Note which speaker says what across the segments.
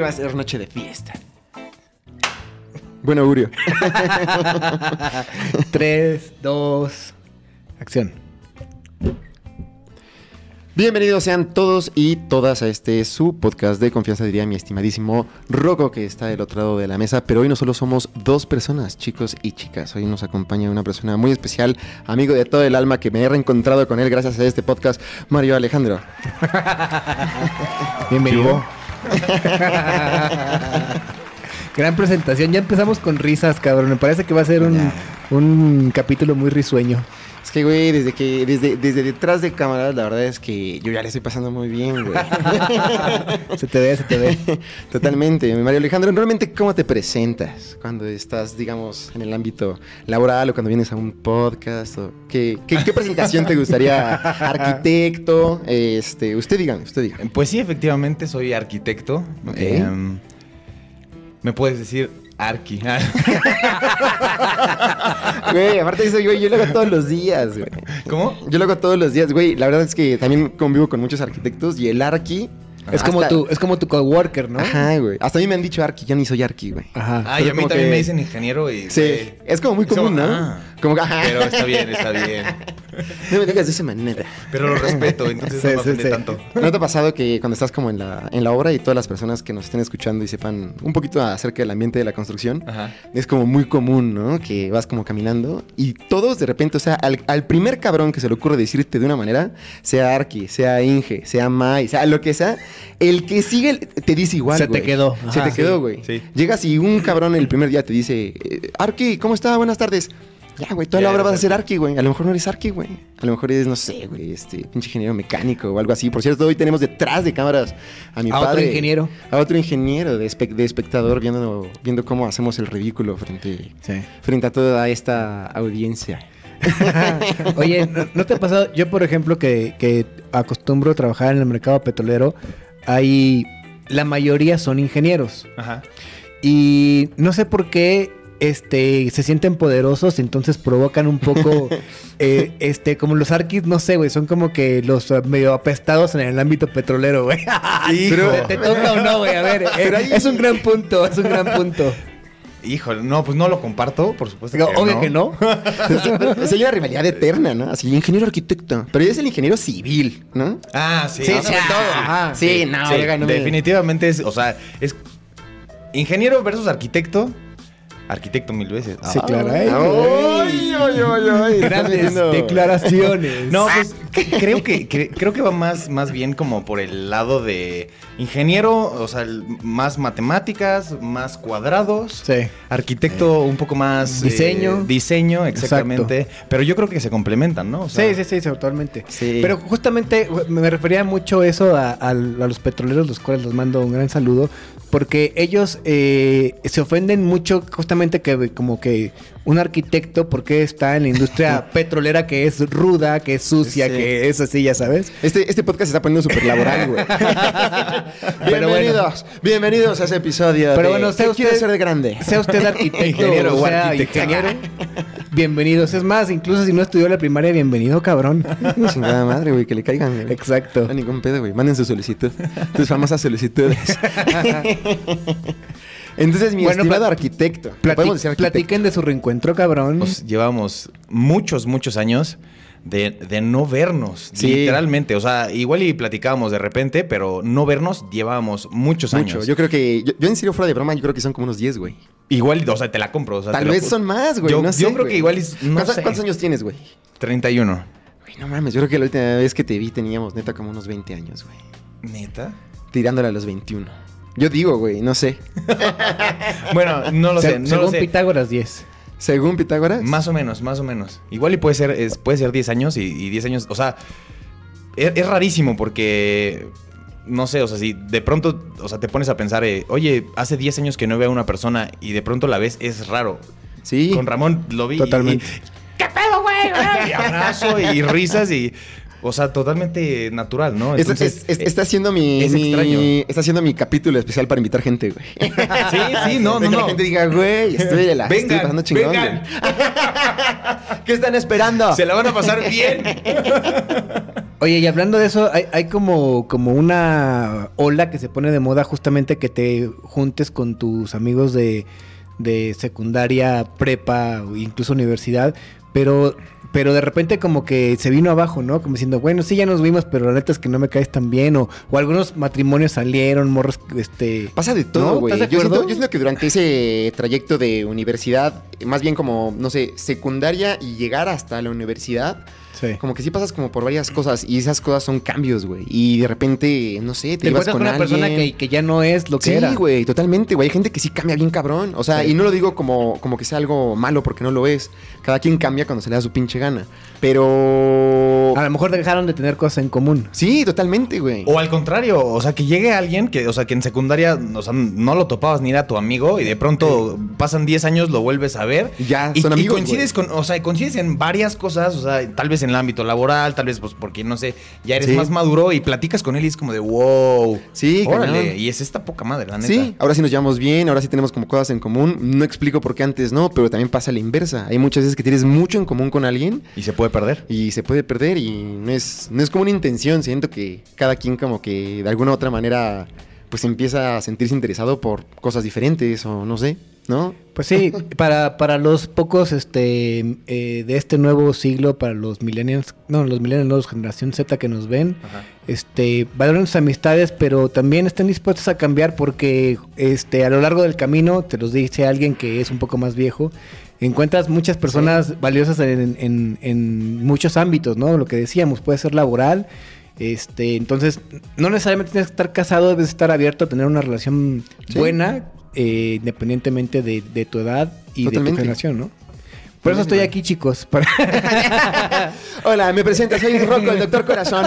Speaker 1: Va a ser noche de fiesta.
Speaker 2: Buen augurio.
Speaker 3: Tres, dos, acción.
Speaker 2: Bienvenidos sean todos y todas a este su podcast de confianza, diría mi estimadísimo Rocco, que está del otro lado de la mesa. Pero hoy no solo somos dos personas, chicos y chicas. Hoy nos acompaña una persona muy especial, amigo de todo el alma, que me he reencontrado con él gracias a este podcast, Mario Alejandro.
Speaker 3: Bienvenido. Gran presentación. Ya empezamos con risas, cabrón. Me parece que va a ser un, un capítulo muy risueño.
Speaker 2: Es que, güey, desde que, desde, desde detrás de cámaras, la verdad es que yo ya le estoy pasando muy bien, güey.
Speaker 3: Se te ve, se te ve.
Speaker 2: Totalmente, mi Mario Alejandro. Normalmente, ¿cómo te presentas cuando estás, digamos, en el ámbito laboral o cuando vienes a un podcast? O qué, qué- qué presentación te gustaría? Arquitecto, este, usted dígame, usted diga.
Speaker 1: Pues sí, efectivamente, soy arquitecto.
Speaker 2: Ok.
Speaker 1: Em, me puedes decir arqui. Ah,
Speaker 2: Güey, aparte de eso, güey, yo lo hago todos los días, güey.
Speaker 1: ¿Cómo?
Speaker 2: Yo lo hago todos los días, güey. La verdad es que también convivo con muchos arquitectos y el arqui.
Speaker 3: Es como,
Speaker 2: hasta-
Speaker 3: tu, es como tu coworker, ¿no?
Speaker 2: Ajá, güey. Hasta a mí me han dicho arqui, yo ni soy arqui, güey.
Speaker 3: Ajá.
Speaker 1: Ah, y a
Speaker 2: Pero
Speaker 1: mí
Speaker 2: como
Speaker 1: también
Speaker 2: que-
Speaker 1: me dicen ingeniero y...
Speaker 2: Sí,
Speaker 1: güey,
Speaker 2: es como muy
Speaker 1: Eso-
Speaker 2: común, ¿no?
Speaker 1: ah.
Speaker 2: Como que, ajá,
Speaker 1: Pero está bien, está bien.
Speaker 2: no me digas de esa manera.
Speaker 1: Pero lo respeto, entonces
Speaker 3: Sí,
Speaker 1: no me
Speaker 3: sí,
Speaker 1: ofende
Speaker 3: sí.
Speaker 1: tanto.
Speaker 2: ¿No te ha pasado que cuando estás como en la, en la obra y todas las personas que nos estén escuchando y sepan un poquito acerca del ambiente de la construcción,
Speaker 1: Ajá.
Speaker 2: es como muy común, ¿no? Que vas como caminando y todos de repente, o sea, al, al primer cabrón que se le ocurre decirte de una manera, sea Arki, sea Inge, sea Mai, sea lo que sea, el que sigue te dice igual.
Speaker 3: Se te
Speaker 2: güey.
Speaker 3: quedó.
Speaker 2: Se
Speaker 3: Ajá,
Speaker 2: te
Speaker 3: sí,
Speaker 2: quedó, güey.
Speaker 1: sí.
Speaker 2: Llegas y un cabrón el primer día te dice, eh, Arki, ¿cómo está? Buenas tardes. Ya, güey, toda la
Speaker 1: Ya
Speaker 2: hora
Speaker 1: eres
Speaker 2: vas a ser Arki, güey. A lo mejor no eres Arki, güey. A lo mejor eres, no sé, güey, este, pinche ingeniero mecánico o algo así. Por cierto, hoy tenemos detrás de cámaras a mi
Speaker 3: A
Speaker 2: padre.
Speaker 3: otro ingeniero.
Speaker 2: A otro ingeniero de, espe- de espectador viendo, viendo cómo hacemos el ridículo frente,
Speaker 3: Sí.
Speaker 2: frente a toda esta audiencia.
Speaker 3: Oye, ¿no, no te ha pasado? Yo, por ejemplo, que, que acostumbro a trabajar en el mercado petrolero, hay. La mayoría son ingenieros.
Speaker 1: Ajá.
Speaker 3: Y no sé por qué este, se sienten poderosos, entonces provocan un poco, eh, este, como los arquis, no sé, güey, son como que los eh, medio apestados en el ámbito petrolero, güey.
Speaker 1: Hijo.
Speaker 3: ¿Te, te toca o no, güey? A ver, eh, es un gran punto, es un gran punto.
Speaker 1: Híjole, no, pues no lo comparto, por supuesto
Speaker 3: Digo,
Speaker 1: que
Speaker 3: obvio
Speaker 1: no.
Speaker 3: que no.
Speaker 2: es una rivalidad eterna, ¿no? Así, ingeniero arquitecto. Pero es el ingeniero civil, ¿no?
Speaker 1: Ah, sí.
Speaker 2: Sí,
Speaker 1: ah,
Speaker 2: sí,
Speaker 1: sobre
Speaker 2: ah,
Speaker 1: todo.
Speaker 2: ajá. Sí, no, verga, no me-
Speaker 1: definitivamente es, o sea, es ingeniero versus arquitecto. Arquitecto mil veces.
Speaker 3: Sí,
Speaker 1: Ah.
Speaker 3: claro. Ay,
Speaker 2: ¡Ay, ay, ay, ay! Están
Speaker 3: Grandes
Speaker 2: diciendo-
Speaker 3: declaraciones.
Speaker 1: No, pues cre- creo que cre- creo que va más, más bien como por el lado de ingeniero, o sea, el- más matemáticas, más cuadrados.
Speaker 3: Sí.
Speaker 1: Arquitecto un poco más eh,
Speaker 3: Diseño.
Speaker 1: diseño, exactamente. Pero yo creo que se complementan, ¿no? O sea,
Speaker 3: sí, sí, sí, totalmente.
Speaker 2: Sí.
Speaker 3: Pero justamente güey, me refería mucho eso a, a- a los petroleros, los cuales les mando un gran saludo, porque ellos eh, se ofenden mucho justamente que como que un arquitecto, porque está en la industria petrolera que es ruda, que es sucia,
Speaker 2: Sí.
Speaker 3: que es así, ya sabes.
Speaker 2: Este, este podcast se está poniendo súper laboral, güey.
Speaker 3: Pero
Speaker 2: bienvenidos, bienvenidos a ese episodio.
Speaker 3: Pero
Speaker 2: de
Speaker 3: bueno, sea
Speaker 2: ¿Qué
Speaker 3: usted-
Speaker 2: quieres ser de grande?
Speaker 3: Sea usted arquitecto
Speaker 1: Ingeniero
Speaker 3: o
Speaker 1: o
Speaker 3: sea
Speaker 1: arquitecta.
Speaker 3: ingeniero, bienvenidos. Es más, incluso si no estudió la primaria, bienvenido, cabrón.
Speaker 2: Chingada madre, güey, que le caigan. güey.
Speaker 3: Exacto.
Speaker 2: No, ningún pedo, güey. Manden su solicitud. Tus famosas solicitudes. Entonces, mi
Speaker 3: Bueno,
Speaker 2: estimado
Speaker 3: plat-
Speaker 2: arquitecto. le
Speaker 3: Plati-
Speaker 2: podemos decir arquitecto.
Speaker 3: platiquen de su reencuentro, cabrón.
Speaker 1: Nos pues, llevamos muchos, muchos años de, de no vernos,
Speaker 2: Sí.
Speaker 1: literalmente. O sea, igual y platicábamos de repente, pero no vernos llevábamos muchos
Speaker 2: Mucho.
Speaker 1: años.
Speaker 2: Yo creo que. Yo, yo en serio, fuera de broma, yo creo que son como unos 10, güey.
Speaker 1: Igual, o sea, te la compro. o sea,
Speaker 2: Tal
Speaker 1: te la
Speaker 2: vez
Speaker 1: pu-
Speaker 2: son más, güey.
Speaker 1: Yo,
Speaker 2: no
Speaker 1: yo
Speaker 2: sé,
Speaker 1: creo
Speaker 2: güey.
Speaker 1: que igual es. No
Speaker 2: ¿Cuántos,
Speaker 1: sé.
Speaker 2: cuántos años tienes, güey?
Speaker 1: 31.
Speaker 2: Güey, no mames. Yo creo que la última vez que te vi teníamos neta como unos 20 años, güey.
Speaker 1: ¿Neta?
Speaker 2: Tirándole a los 21. Yo digo, güey, no sé.
Speaker 1: Bueno, no lo
Speaker 3: Se-
Speaker 1: sé. No
Speaker 3: según
Speaker 1: lo sé.
Speaker 3: Pitágoras 10.
Speaker 2: Según Pitágoras.
Speaker 1: Más o menos, más o menos. Igual y puede ser, es- puede ser 10 años y, y 10 años. O sea, es, es rarísimo porque. No sé, o sea, si de pronto, o sea, te pones a pensar, eh, oye, hace 10 años que no veo a una persona y de pronto la ves, es raro.
Speaker 2: Sí.
Speaker 1: Con Ramón lo vi. y-
Speaker 3: Totalmente.
Speaker 1: y, ¿Qué pedo, güey? Y abrazo y risas y. O sea, totalmente natural, ¿no?
Speaker 2: Este-
Speaker 1: Entonces, eh,
Speaker 2: es- es- está haciendo mi,
Speaker 1: es
Speaker 2: mi-
Speaker 1: extraño.
Speaker 2: está haciendo mi capítulo especial para invitar gente, güey.
Speaker 1: eh, Sí, sí, no,
Speaker 2: De
Speaker 1: no,
Speaker 2: que la
Speaker 1: no.
Speaker 2: gente diga, güey, estoy de la
Speaker 1: Vengan,
Speaker 2: estoy pasando chingón.
Speaker 1: vengan.
Speaker 2: güey". ¿Qué están esperando?
Speaker 1: Se la van a pasar bien.
Speaker 3: Oye, y hablando de eso, hay, hay como, como una ola que se pone de moda justamente que te juntes con tus amigos de, de secundaria, prepa, o incluso universidad, pero, pero de repente como que se vino abajo, ¿no? Como diciendo, bueno, sí, ya nos vimos, pero la neta es que no me caes tan bien, o, o algunos matrimonios salieron, morros, este...
Speaker 2: Pasa de todo,
Speaker 3: ¿No?
Speaker 2: güey.
Speaker 3: ¿Estás de
Speaker 2: yo,
Speaker 3: acuerdo?
Speaker 2: siento, yo siento que durante ese trayecto de universidad, más bien como, no sé, secundaria y llegar hasta la universidad,
Speaker 3: Sí.
Speaker 2: como que sí pasas como por varias cosas y esas cosas son cambios, güey. Y de repente, no sé, te,
Speaker 3: Te
Speaker 2: llevas
Speaker 3: encuentras
Speaker 2: con,
Speaker 3: con una persona
Speaker 2: alguien.
Speaker 3: que, que ya no es lo que era.
Speaker 2: Sí, güey, totalmente, güey. Hay gente que sí cambia bien cabrón. O sea,
Speaker 3: Sí.
Speaker 2: y no lo digo como, como que sea algo malo porque no lo es. Cada quien cambia cuando se le da su pinche gana. Pero...
Speaker 3: A lo mejor dejaron de tener cosas en común.
Speaker 2: Sí, totalmente, güey.
Speaker 1: O al contrario, o sea, que llegue alguien que, o sea, que en secundaria, o sea, no lo topabas ni era tu amigo y de pronto pasan 10 años, lo vuelves a ver.
Speaker 2: Y ya
Speaker 1: Y,
Speaker 2: son
Speaker 1: y
Speaker 2: amigos,
Speaker 1: coincides
Speaker 2: güey.
Speaker 1: con, o sea, coincides en varias cosas, o sea, tal vez en el ámbito laboral, tal vez pues porque no sé, ya eres
Speaker 2: Sí.
Speaker 1: más maduro y platicas con él y es como de wow.
Speaker 2: Sí,
Speaker 1: órale,
Speaker 2: cañón.
Speaker 1: y es esta poca madre, la neta.
Speaker 2: Sí, ahora sí nos llevamos bien, ahora sí tenemos como cosas en común. No explico por qué antes no, pero también pasa la inversa. Hay muchas veces que tienes mucho en común con alguien
Speaker 1: Y se puede perder.
Speaker 2: y se puede perder y no es, no es como una intención. Siento que cada quien como que de alguna u otra manera pues empieza a sentirse interesado por cosas diferentes o no sé, ¿no?
Speaker 3: Pues sí, para, para los pocos este eh, de este nuevo siglo, para los millennials, no, los millennials, no, los generación Z que nos ven, este, valoren sus amistades, pero también estén dispuestos a cambiar porque este, a lo largo del camino, te los dice alguien que es un poco más viejo, encuentras muchas personas valiosas en, en- en muchos ámbitos, ¿no? Lo que decíamos, puede ser laboral. Este, entonces, no necesariamente tienes que estar casado, debes estar abierto a tener una relación
Speaker 2: Sí.
Speaker 3: buena, eh, independientemente de, de tu edad y de
Speaker 2: Totalmente.
Speaker 3: tu generación, ¿no? Por eso estoy aquí, chicos. para-
Speaker 2: Hola, me presento, soy Rocco, el Doctor Corazón.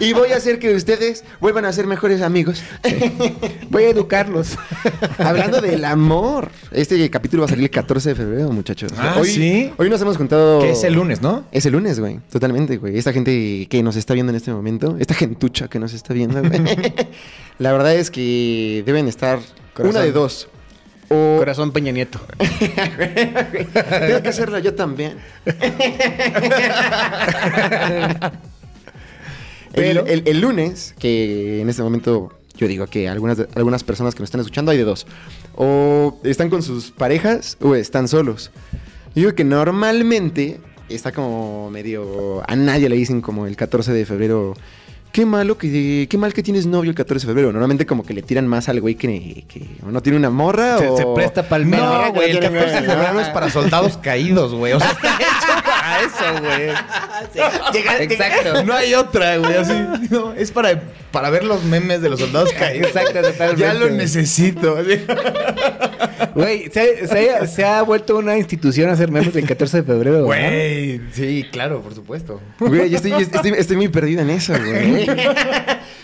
Speaker 2: y voy a hacer que ustedes vuelvan a ser mejores amigos.
Speaker 3: voy a educarlos.
Speaker 2: Hablando del amor. Este capítulo va a salir el 14 de febrero, muchachos.
Speaker 1: Ah,
Speaker 2: hoy,
Speaker 1: ¿sí?
Speaker 2: Hoy nos hemos contado...
Speaker 1: Que es el lunes, ¿no?
Speaker 2: Es el lunes, güey. Totalmente, güey. Esta gente que nos está viendo en este momento, esta gentucha que nos está viendo, güey. La verdad es que deben estar
Speaker 3: Corazón.
Speaker 2: una de dos. O
Speaker 3: Corazón Peña Nieto.
Speaker 2: tengo que hacerlo yo también. El,
Speaker 3: Pero-
Speaker 2: el- el lunes, que en este momento yo digo que algunas, algunas personas que nos están escuchando hay de dos. O están con sus parejas o están solos. Yo digo que normalmente está como medio... A nadie le dicen como el 14 de febrero... Qué malo que... Qué mal que tienes novio el 14 de febrero. Normalmente como que le tiran más al güey que, que o no tiene una morra
Speaker 3: Se-
Speaker 2: o...
Speaker 3: se presta pa'l mero.
Speaker 2: No,
Speaker 1: No, güey, el 14 de febrero es para soldados caídos, güey. O sea, está hecho para eso, güey. Exacto. No hay otra, güey. Así, no, es para, para ver los memes de los soldados caídos.
Speaker 3: Exacto, totalmente,
Speaker 1: Ya lo
Speaker 3: güey.
Speaker 1: necesito. así.
Speaker 3: Güey, se, se- se ha vuelto una institución hacer memes el 14 de febrero, ¿verdad?
Speaker 1: Güey, sí, claro, por supuesto.
Speaker 2: Güey, yo estoy, yo estoy, estoy muy perdida en eso, güey.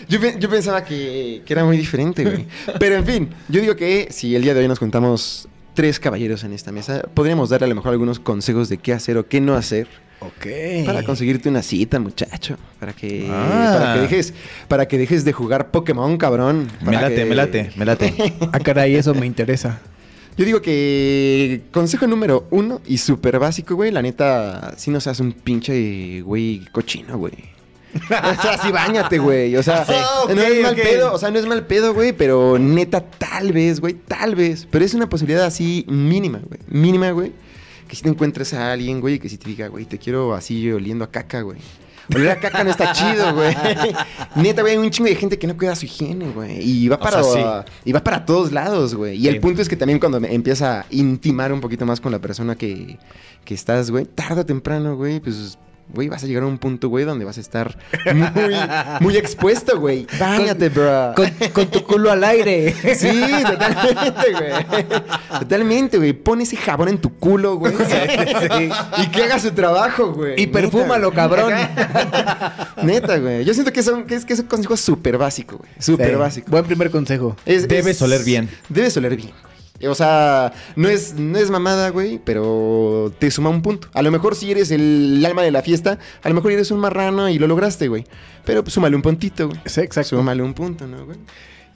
Speaker 2: Yo, pe- yo pensaba que, que era muy diferente, güey. Pero en fin, yo digo que si el día de hoy nos juntamos tres caballeros en esta mesa, podríamos darle a lo mejor algunos consejos de qué hacer o qué no hacer
Speaker 3: Ok.
Speaker 2: para conseguirte una cita, muchacho. Para que,
Speaker 1: Eh. Ah.
Speaker 2: para que dejes, para que dejes de jugar Pokémon, cabrón.
Speaker 1: Me
Speaker 2: Para
Speaker 1: late,
Speaker 2: que-
Speaker 1: me late, me late.
Speaker 3: Ah, caray, eso me interesa.
Speaker 2: Yo digo que consejo número uno y súper básico, güey. La neta, si no seas un pinche güey cochino, güey. O sea, sí bañate, güey. O sea,
Speaker 1: Ah, ok,
Speaker 2: no es mal
Speaker 1: ok.
Speaker 2: pedo, o sea, no es mal pedo, güey, pero neta, tal vez, güey, tal vez. Pero es una posibilidad así mínima, güey. Mínima, güey. Que si te encuentres a alguien, güey, que si te diga, güey, te quiero así oliendo a caca, güey. Oler a caca no está chido, güey. Neta, güey, hay un chingo de gente que no cuida su higiene, güey. Y va
Speaker 1: O
Speaker 2: para,
Speaker 1: sea,
Speaker 2: y va para todos lados, güey. Y
Speaker 1: Sí.
Speaker 2: el punto es que también cuando me- empieza a intimar un poquito más con la persona que, que estás, güey, tarde o temprano, güey, pues, güey, vas a llegar a un punto, güey, donde vas a estar muy, muy expuesto, güey. Báñate, bro.
Speaker 3: Con, con tu culo al aire.
Speaker 2: Sí, totalmente, güey. Totalmente, güey. Pon ese jabón en tu culo, güey. Y que haga su trabajo, güey.
Speaker 3: Y
Speaker 2: Neta,
Speaker 3: perfúmalo,
Speaker 2: güey.
Speaker 3: cabrón.
Speaker 2: Neta, güey. Yo siento que, son, que, es, que es un consejo súper básico, güey. Súper
Speaker 3: Sí.
Speaker 2: básico.
Speaker 3: Buen primer consejo.
Speaker 2: Es-
Speaker 1: Debe
Speaker 2: es-
Speaker 1: soler bien.
Speaker 2: Debe soler bien. güey. O sea, no es, no es mamada, güey, pero te suma un punto. A lo mejor si eres el alma de la fiesta, a lo mejor eres un marrano y lo lograste, güey. Pero pues, súmale un puntito, güey.
Speaker 3: Sí, exacto.
Speaker 2: Súmale un punto, ¿no, güey?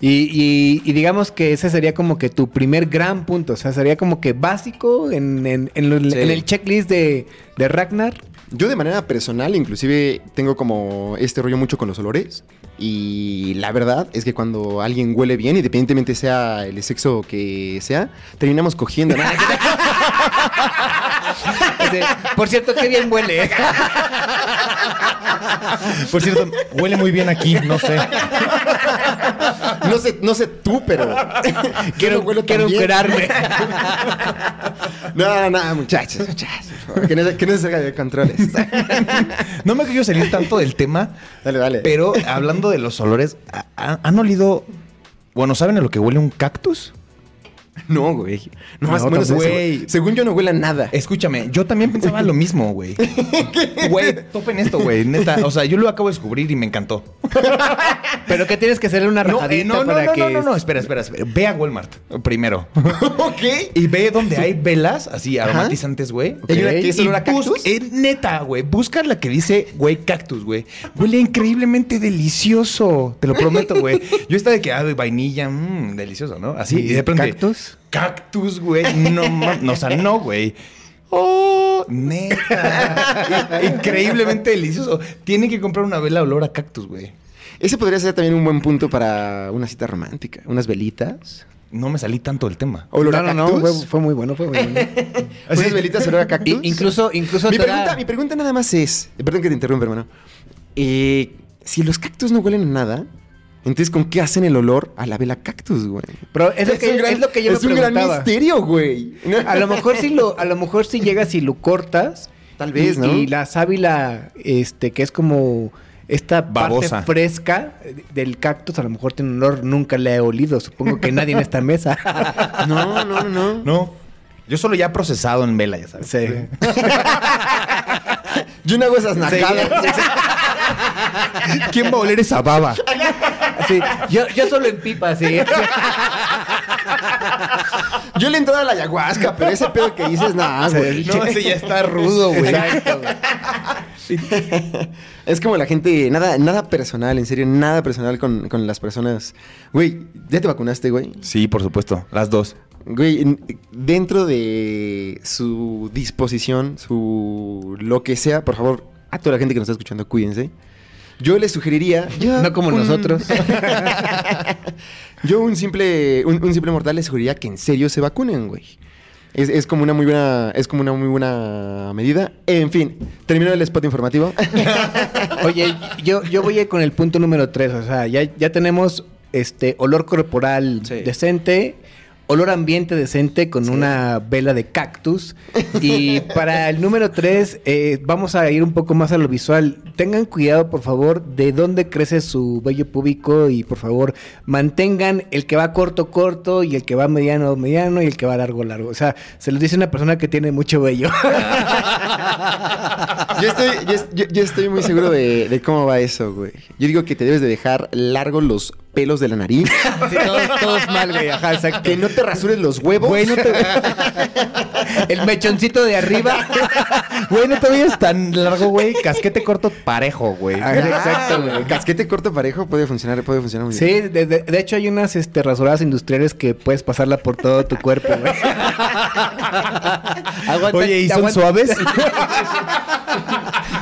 Speaker 3: Y, y- y digamos que ese sería como que tu primer gran punto. O sea, sería como que básico en, en- en lo-
Speaker 2: Sí.
Speaker 3: en el checklist de, de Ragnar.
Speaker 2: Yo de manera personal, inclusive, tengo como este rollo mucho con los olores. Y la verdad es que cuando alguien huele bien, independientemente sea el sexo que sea, terminamos cogiendo. ¿no?
Speaker 3: Este, Por cierto, qué bien huele. ¿eh?
Speaker 1: Por cierto, huele muy bien aquí, no sé.
Speaker 2: No sé, no sé tú, pero
Speaker 3: Quiero,
Speaker 2: huelo tan
Speaker 3: quiero
Speaker 2: bien.
Speaker 3: curarme.
Speaker 2: No, no, no, muchachos, muchachos. por favor, Que no, se- que no se salga de controles.
Speaker 1: No me quiero salir tanto del tema,
Speaker 2: Dale, dale.
Speaker 1: pero hablando de los olores, ¿ha- ha- ¿han olido. Bueno, ¿saben a lo que huele un cactus?
Speaker 2: no, güey. No,
Speaker 1: No,
Speaker 2: más o menos
Speaker 1: güey.
Speaker 2: según- Según yo no huele a nada.
Speaker 1: Escúchame, yo también pensaba lo mismo, güey. Güey, topen esto, güey, neta. O sea, yo lo acabo de descubrir y me encantó.
Speaker 3: Pero que tienes que hacerle una
Speaker 1: No, eh,
Speaker 3: rajadita
Speaker 1: no, no,
Speaker 3: para
Speaker 1: no,
Speaker 3: que.
Speaker 1: no, no, no, espera, espera, espera. Ve a Walmart primero.
Speaker 2: ok.
Speaker 1: Y ve donde hay velas así aromatizantes, güey.
Speaker 2: ¿Hay una que es
Speaker 1: Y
Speaker 2: olor a
Speaker 1: bus-
Speaker 2: cactus?
Speaker 1: eh, neta, güey. Busca la que dice, güey, cactus, güey. Huele increíblemente delicioso. Te lo prometo, güey. Yo estaba de que, ah, de vainilla, mmm, delicioso, ¿no? Así. Y de pronto.
Speaker 3: ¿Cactus?
Speaker 1: Cactus, güey. No, ma- no, o sea, no, güey. Oh, neta. Increíblemente delicioso. Tienen que comprar una vela olor a cactus, güey.
Speaker 2: Ese podría ser también un buen punto para una cita romántica. Unas velitas.
Speaker 1: No me salí tanto del tema.
Speaker 2: Olor
Speaker 3: No,
Speaker 2: a
Speaker 3: no, no,
Speaker 2: cactus.
Speaker 3: fue, fue muy bueno, fue muy bueno.
Speaker 2: Unas velitas olor a cactus.
Speaker 3: I- incluso, incluso
Speaker 2: mi
Speaker 3: te da-
Speaker 2: pregunta, mi pregunta nada más es. Perdón que te interrumpa, hermano. Eh, si los cactus no huelen a nada, entonces ¿con qué hacen el olor a la vela cactus, güey?
Speaker 3: Pero es, lo que,
Speaker 2: un gran-
Speaker 3: es lo que yo
Speaker 2: es
Speaker 3: me
Speaker 2: un gran
Speaker 3: preguntaba.
Speaker 2: misterio, güey.
Speaker 3: A lo mejor si lo, a lo mejor si llegas y lo cortas.
Speaker 2: Tal vez,
Speaker 3: y-
Speaker 2: ¿no?
Speaker 3: Y la sábila, este, que es como esta
Speaker 1: Babosa.
Speaker 3: parte fresca del cactus, a lo mejor tiene un olor, nunca le he olido. Supongo que nadie en esta mesa.
Speaker 2: No, no, no, no.
Speaker 1: No. Yo solo ya procesado en vela, ya sabes.
Speaker 3: Sí.
Speaker 2: Yo no hago esas nacadas.
Speaker 1: ¿Quién va a oler esa baba?
Speaker 3: Ah, Sí, Yo, yo solo en pipa, sí.
Speaker 2: Yo le entraba a la ayahuasca, pero ese pedo que dices, nada, güey.
Speaker 1: No, ese ya está rudo, güey.
Speaker 3: Exacto, güey.
Speaker 2: Es como la gente, nada, nada personal, en serio, nada personal con, con las personas. Güey, ¿ya te vacunaste, güey?
Speaker 1: Sí, por supuesto. Las dos.
Speaker 2: Güey, n- dentro de su disposición, su lo que sea, por favor, a toda la gente que nos está escuchando, cuídense. Yo les sugeriría. yo
Speaker 3: No como
Speaker 2: un-
Speaker 3: nosotros.
Speaker 2: Yo, un simple, un, un simple mortal, les sugeriría que en serio se vacunen, güey. Es, es como una muy buena, es como una muy buena medida. En fin, termino el spot informativo.
Speaker 3: Oye, yo, yo voy a ir con el punto número 3. O sea, ya, ya tenemos este olor corporal
Speaker 1: Sí.
Speaker 3: decente, olor ambiente decente con una vela de cactus. Y para el número 3, vamos a ir un poco más a lo visual. Tengan cuidado, por favor, de dónde crece su vello púbico y por favor, mantengan el que va corto, corto y el que va mediano, mediano y el que va largo, largo. O sea, se los dice una persona que tiene mucho vello.
Speaker 2: Yo estoy, yo, es- yo- yo estoy muy seguro de, de cómo va eso, güey. Yo digo que te debes de dejar largos los pelos de la nariz.
Speaker 3: Sí, todos, todos mal, güey. Ajá, exacto.
Speaker 2: Que no te rasures los huevos.
Speaker 3: Güey, no te... El mechoncito de arriba.
Speaker 1: Güey, no te veas tan largo, güey. Casquete corto parejo, güey.
Speaker 2: Ah,
Speaker 3: Exacto, güey.
Speaker 2: El casquete corto parejo puede funcionar, puede funcionar muy
Speaker 3: Sí,
Speaker 2: bien.
Speaker 3: de, de- de hecho hay unas este, rasuradas industriales que puedes pasarla por todo tu cuerpo, güey. Aguanta-
Speaker 1: Oye, ¿y son
Speaker 3: aguanta-
Speaker 1: suaves?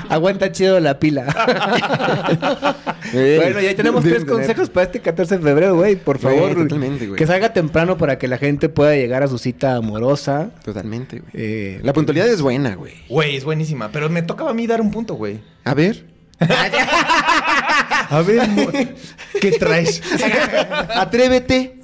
Speaker 3: Aguanta chido la pila.
Speaker 2: Eh,
Speaker 3: bueno, ya tenemos
Speaker 2: deben
Speaker 3: tres
Speaker 2: tener-
Speaker 3: consejos para este 14 de febrero, güey. Por
Speaker 2: Güey,
Speaker 3: favor,
Speaker 2: totalmente, güey.
Speaker 3: que salga temprano para que la gente pueda llegar a su cita amorosa.
Speaker 2: Totalmente, güey.
Speaker 3: Eh,
Speaker 2: La puntualidad es buena, güey.
Speaker 1: Güey, es buenísima. Pero me tocaba a mí dar un punto, güey.
Speaker 2: A ver.
Speaker 1: A ver, mo- ¿qué traes?
Speaker 2: Atrévete.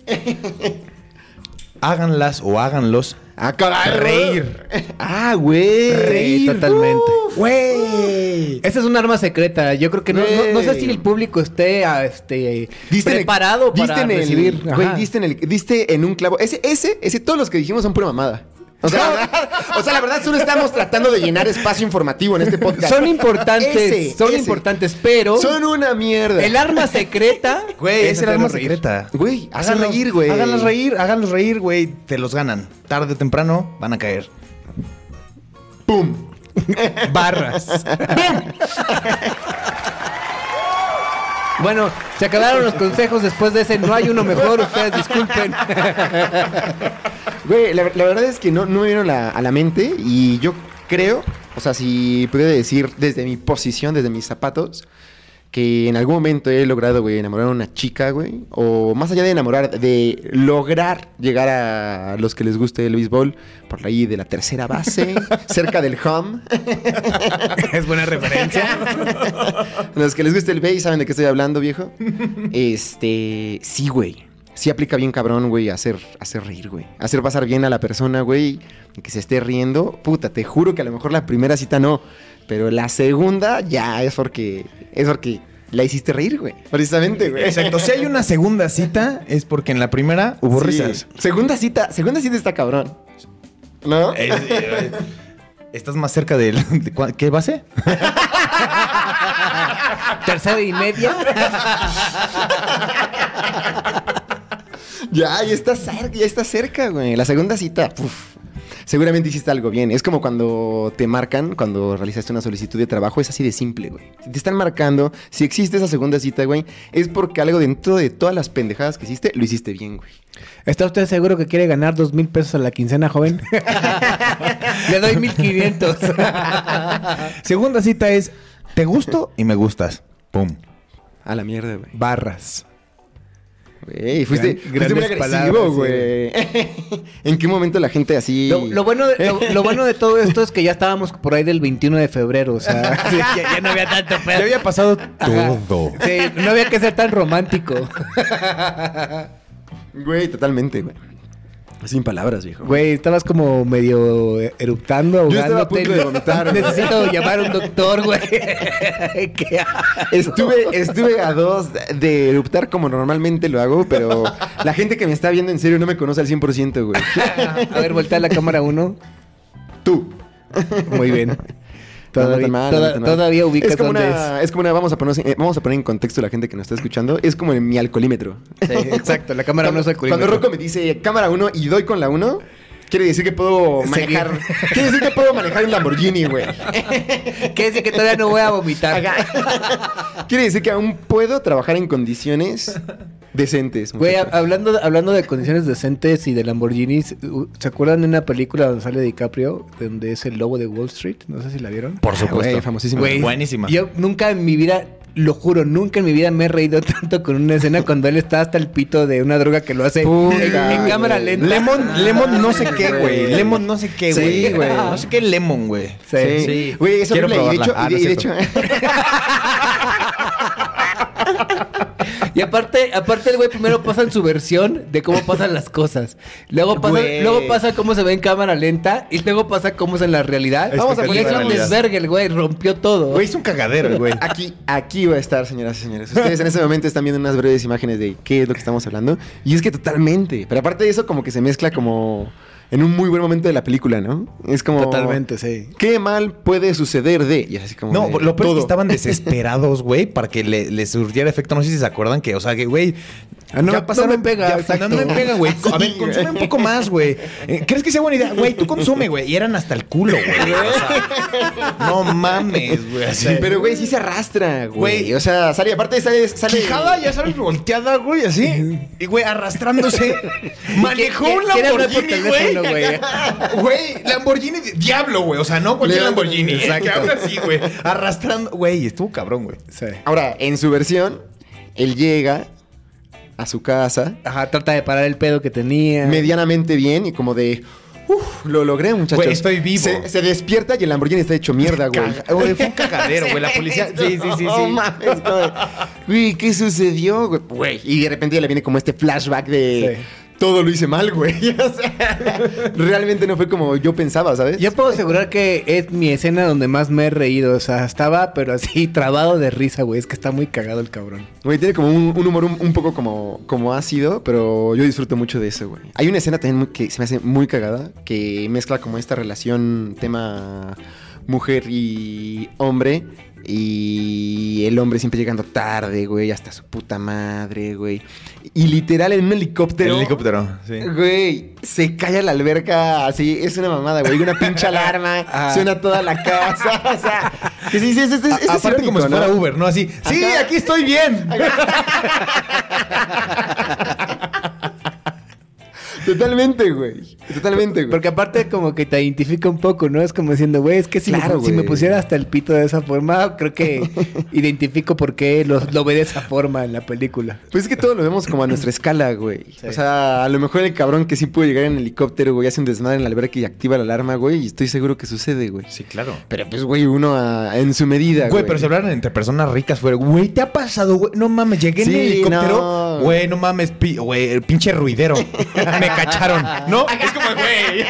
Speaker 1: Háganlas o háganlos.
Speaker 2: A cagar.
Speaker 1: Reír.
Speaker 2: Ah, güey.
Speaker 3: Reír, totalmente.
Speaker 2: Güey.
Speaker 3: Esa es un arma secreta. Yo creo que no, no- no sé
Speaker 2: Güey.
Speaker 3: si el público esté ah, este,
Speaker 2: Diste en el-
Speaker 3: preparado
Speaker 2: diste
Speaker 3: para
Speaker 2: en el-
Speaker 3: recibir.
Speaker 2: Güey,
Speaker 3: Ajá.
Speaker 2: diste en, el, diste en un clavo. Ese, ese, ese, todos los que dijimos son pura mamada. O sea, la verdad, o sea, la verdad, solo estamos tratando de llenar espacio informativo en este podcast.
Speaker 3: Son importantes,
Speaker 2: Ese,
Speaker 3: son
Speaker 2: ese.
Speaker 3: importantes, pero
Speaker 2: Son una mierda.
Speaker 3: el arma secreta
Speaker 1: Güey, es el
Speaker 3: hacerlo
Speaker 1: arma
Speaker 3: reír.
Speaker 1: secreta.
Speaker 2: Güey, hace
Speaker 1: Háganlo-
Speaker 2: reír, güey.
Speaker 1: Háganlos reír, háganlos reír, güey. Te los ganan. Tarde o temprano van a caer.
Speaker 2: ¡Pum!
Speaker 1: Barras.
Speaker 3: Bueno, se acabaron los consejos después de ese. No hay uno mejor, ustedes disculpen.
Speaker 2: Güey, la, la verdad es que no, no me vieron la- a la mente y yo creo, O sea, si pudiera decir desde mi posición, desde mis zapatos, que en algún momento he logrado, güey, enamorar a una chica, güey. O más allá de enamorar, de lograr llegar a los que les guste el béisbol, por ahí de la tercera base, cerca del home.
Speaker 1: es buena referencia.
Speaker 2: los que les guste el béis saben de qué estoy hablando, viejo. Este, sí, güey. Sí aplica bien cabrón, güey, hacer, hacer reír, güey. Hacer pasar bien a la persona, güey, y que se esté riendo. Puta, te juro que a lo mejor la primera cita no, pero la segunda ya es porque es porque la hiciste reír, güey. Precisamente, güey.
Speaker 1: Exacto. Si hay una segunda cita, es porque en la primera hubo
Speaker 2: Sí.
Speaker 1: risas.
Speaker 2: Segunda cita, segunda cita está cabrón. ¿No?
Speaker 1: Eh, eh, eh, Estás más cerca del. de cua- ¿Qué base?
Speaker 3: Tercera y media.
Speaker 2: Ya, ya está cerca, ya está cerca, güey. La segunda cita, uf, seguramente hiciste algo bien. Es como cuando te marcan, cuando realizaste una solicitud de trabajo, es así de simple, güey. Si te están marcando, si existe esa segunda cita, güey, es porque algo dentro de todas las pendejadas que hiciste, lo hiciste bien, güey.
Speaker 3: ¿Está usted seguro que quiere ganar dos mil pesos a la quincena, joven? Le doy mil quinientos.
Speaker 1: Segunda cita es. Te gusto y me gustas. Pum.
Speaker 2: A la mierda, güey.
Speaker 3: Barras.
Speaker 2: Güey, fuiste,
Speaker 3: Gran-
Speaker 2: fuiste muy
Speaker 3: grandes
Speaker 2: agresivo,
Speaker 3: palabras,
Speaker 2: güey. ¿En qué momento la gente así...
Speaker 3: Lo, lo bueno de, lo, lo bueno de todo esto es que ya estábamos por ahí del 21 de febrero, o sea, ya, ya no había tanto pedo.
Speaker 1: Ya había pasado
Speaker 3: Ajá.
Speaker 1: todo.
Speaker 3: Sí, no había que ser tan romántico.
Speaker 2: Güey, totalmente, güey. Sin palabras, viejo.
Speaker 3: Güey, estabas como medio eruptando, ahogándote.
Speaker 2: Yo estaba a punto de vomitar, güey.
Speaker 3: Necesito llamar a un doctor, güey. ¿Qué hago?
Speaker 2: Estuve, estuve a dos de eruptar como normalmente lo hago, pero la gente que me está viendo en serio no me conoce al 100%, güey.
Speaker 3: A ver, voltea la cámara uno.
Speaker 2: Tú.
Speaker 3: Muy bien.
Speaker 2: No, no
Speaker 3: Todavía,
Speaker 2: tan mal,
Speaker 3: toda-
Speaker 2: no tan mal.
Speaker 3: todavía ubicas
Speaker 2: es como
Speaker 3: dónde
Speaker 2: una, es. como una, vamos a, poner, eh, vamos a poner en contexto a la gente que nos está escuchando, es como en mi alcoholímetro.
Speaker 3: es. Sí, exacto, la cámara no es
Speaker 2: Cuando Rocco me dice cámara 1 y doy con la 1, quiere decir que puedo
Speaker 3: Seguir.
Speaker 2: manejar, quiere decir que puedo manejar un Lamborghini, güey.
Speaker 3: ¿Qué dice que todavía no voy a vomitar?
Speaker 2: Quiere decir que aún puedo trabajar en condiciones decentes.
Speaker 3: Güey,
Speaker 2: muchacho.
Speaker 3: hab- hablando, hablando de condiciones decentes y de Lamborghinis, u- ¿se acuerdan de una película donde sale DiCaprio, donde es el lobo de Wall Street? No sé si la vieron.
Speaker 1: Por supuesto.
Speaker 2: Güey, famosísima.
Speaker 1: Güey, Buenísima.
Speaker 3: Pues, Yo nunca en mi vida, lo juro, nunca en mi vida me he reído tanto con una escena cuando él está hasta el pito de una droga que lo hace en-
Speaker 2: Puta,
Speaker 3: en,
Speaker 2: güey.
Speaker 3: cámara lenta.
Speaker 1: Lemon, lemon no sé qué, güey.
Speaker 2: Güey.
Speaker 1: Lemon no sé qué,
Speaker 2: Sí,
Speaker 1: güey.
Speaker 2: güey.
Speaker 1: No sé qué lemon, güey.
Speaker 3: Sí.
Speaker 2: Sí.
Speaker 1: Sí.
Speaker 2: Güey, eso
Speaker 1: Quiero
Speaker 2: horrible. Y de hecho,
Speaker 1: probarla. Ah,
Speaker 2: y de-
Speaker 1: no
Speaker 2: y de
Speaker 1: es cierto.
Speaker 2: hecho-
Speaker 3: Y aparte, aparte el güey primero pasa en su versión de cómo pasan las cosas. Luego pasa,
Speaker 1: Güey.
Speaker 3: luego pasa cómo se ve en cámara lenta y luego pasa cómo es en la realidad.
Speaker 1: Vamos a
Speaker 3: y
Speaker 1: poner
Speaker 3: es un
Speaker 1: realidad.
Speaker 3: desvergue el güey, rompió todo.
Speaker 1: Güey, es un cagadero, el güey.
Speaker 2: aquí, aquí va a estar, señoras y señores. Ustedes en este momento están viendo unas breves imágenes de qué es lo que estamos hablando. Y es que totalmente. Pero aparte de eso, como que se mezcla como en un muy buen momento de la película, ¿no? Es como.
Speaker 3: sí.
Speaker 2: ¿Qué mal puede suceder de? Y así como.
Speaker 1: No,
Speaker 2: de
Speaker 1: lo peor es
Speaker 2: todo.
Speaker 1: que estaban desesperados, güey, para que le, les surgiera efecto. No sé si se acuerdan que, o sea, que, güey.
Speaker 3: Ah, no, no me pega,
Speaker 1: ya-
Speaker 3: exacto.
Speaker 1: no me pega, güey. A ver,
Speaker 2: Sí,
Speaker 1: consume un poco más, güey. Eh, ¿Crees que sea buena idea? Güey, tú consume, güey. Y eran hasta el culo, güey. O sea, no mames, güey. así.
Speaker 2: Sí, pero güey, sí se arrastra, güey.
Speaker 1: Güey.
Speaker 2: O sea, sale, aparte sale. sale
Speaker 1: Quijada, ya sabes, volteada, güey, así. Y, güey, arrastrándose. Manejó
Speaker 3: que-
Speaker 1: un
Speaker 3: que era hablar por
Speaker 1: Lamborghini,
Speaker 3: teléfono,
Speaker 1: güey. Güey, Lamborghini, diablo, güey. O sea, no cualquier
Speaker 2: Le-
Speaker 1: Lamborghini. ¿eh?
Speaker 2: Exacto.
Speaker 1: Que habla así, güey. Arrastrando. Güey, estuvo cabrón, güey.
Speaker 3: sí.
Speaker 2: Ahora, en su versión, él llega a su casa.
Speaker 3: Ajá, trata de parar el pedo que tenía.
Speaker 2: medianamente bien y como de. Uf, lo logré, muchachos.
Speaker 1: Güey, estoy vivo.
Speaker 2: Se, se despierta y el Lamborghini está hecho mierda, güey.
Speaker 1: Caga- güey, fue un cagadero, güey. La policía. Sí, sí, sí, sí.
Speaker 2: No mames, güey. Güey, ¿qué sucedió, güey? güey? Y de repente le viene como este flashback de.
Speaker 3: Sí.
Speaker 2: Todo lo hice mal, güey. O sea, realmente no fue como yo pensaba, ¿sabes?
Speaker 3: Yo puedo asegurar que es mi escena donde más me he reído. O sea, estaba, pero así, trabado de risa, güey. Es que está muy cagado el cabrón.
Speaker 2: Güey, tiene como un, un humor un, un poco como, como ácido, pero yo disfruto mucho de eso, güey. Hay una escena también muy- que se me hace muy cagada, que mezcla como esta relación tema mujer y hombre, y el hombre siempre llegando tarde, güey, hasta su puta madre, güey. Y literal en un helicóptero...
Speaker 1: El helicóptero, sí.
Speaker 2: Güey, se calla la alberca así, es una mamada, güey. Una pinche alarma,
Speaker 3: Ah.
Speaker 2: suena toda la casa, o sea... que sí, sí, es- es- es- es
Speaker 1: Aparte, como
Speaker 2: irónico,
Speaker 1: si fuera
Speaker 2: ¿no?
Speaker 1: Uber, ¿no? Así. Sí,
Speaker 2: Ajá.
Speaker 1: aquí estoy bien.
Speaker 2: Totalmente, güey. Totalmente, güey.
Speaker 3: Porque aparte como que te identifica un poco, ¿no? Es como diciendo, güey, es que si,
Speaker 2: Claro,
Speaker 3: me, si me
Speaker 2: güey.
Speaker 3: pusiera hasta el pito de esa forma, creo que identifico por qué lo, lo ve de esa forma en la película.
Speaker 2: Pues es que todo lo vemos como a nuestra escala, güey. O sea, a lo mejor el cabrón que sí puede llegar en helicóptero, güey, hace un desmadre en la alberca y activa la alarma, güey, y estoy seguro que sucede, güey.
Speaker 1: Sí, claro.
Speaker 2: Pero pues, güey, uno a- en su medida, güey.
Speaker 1: Güey, pero si hablaran entre personas ricas fuera, güey, ¿te ha pasado, güey? No mames, llegué en
Speaker 2: Sí,
Speaker 1: el helicóptero.
Speaker 2: no.
Speaker 1: Güey, no mames, pi- güey, el pinche ruidero. Me cacharon. ¿No? Es como, güey.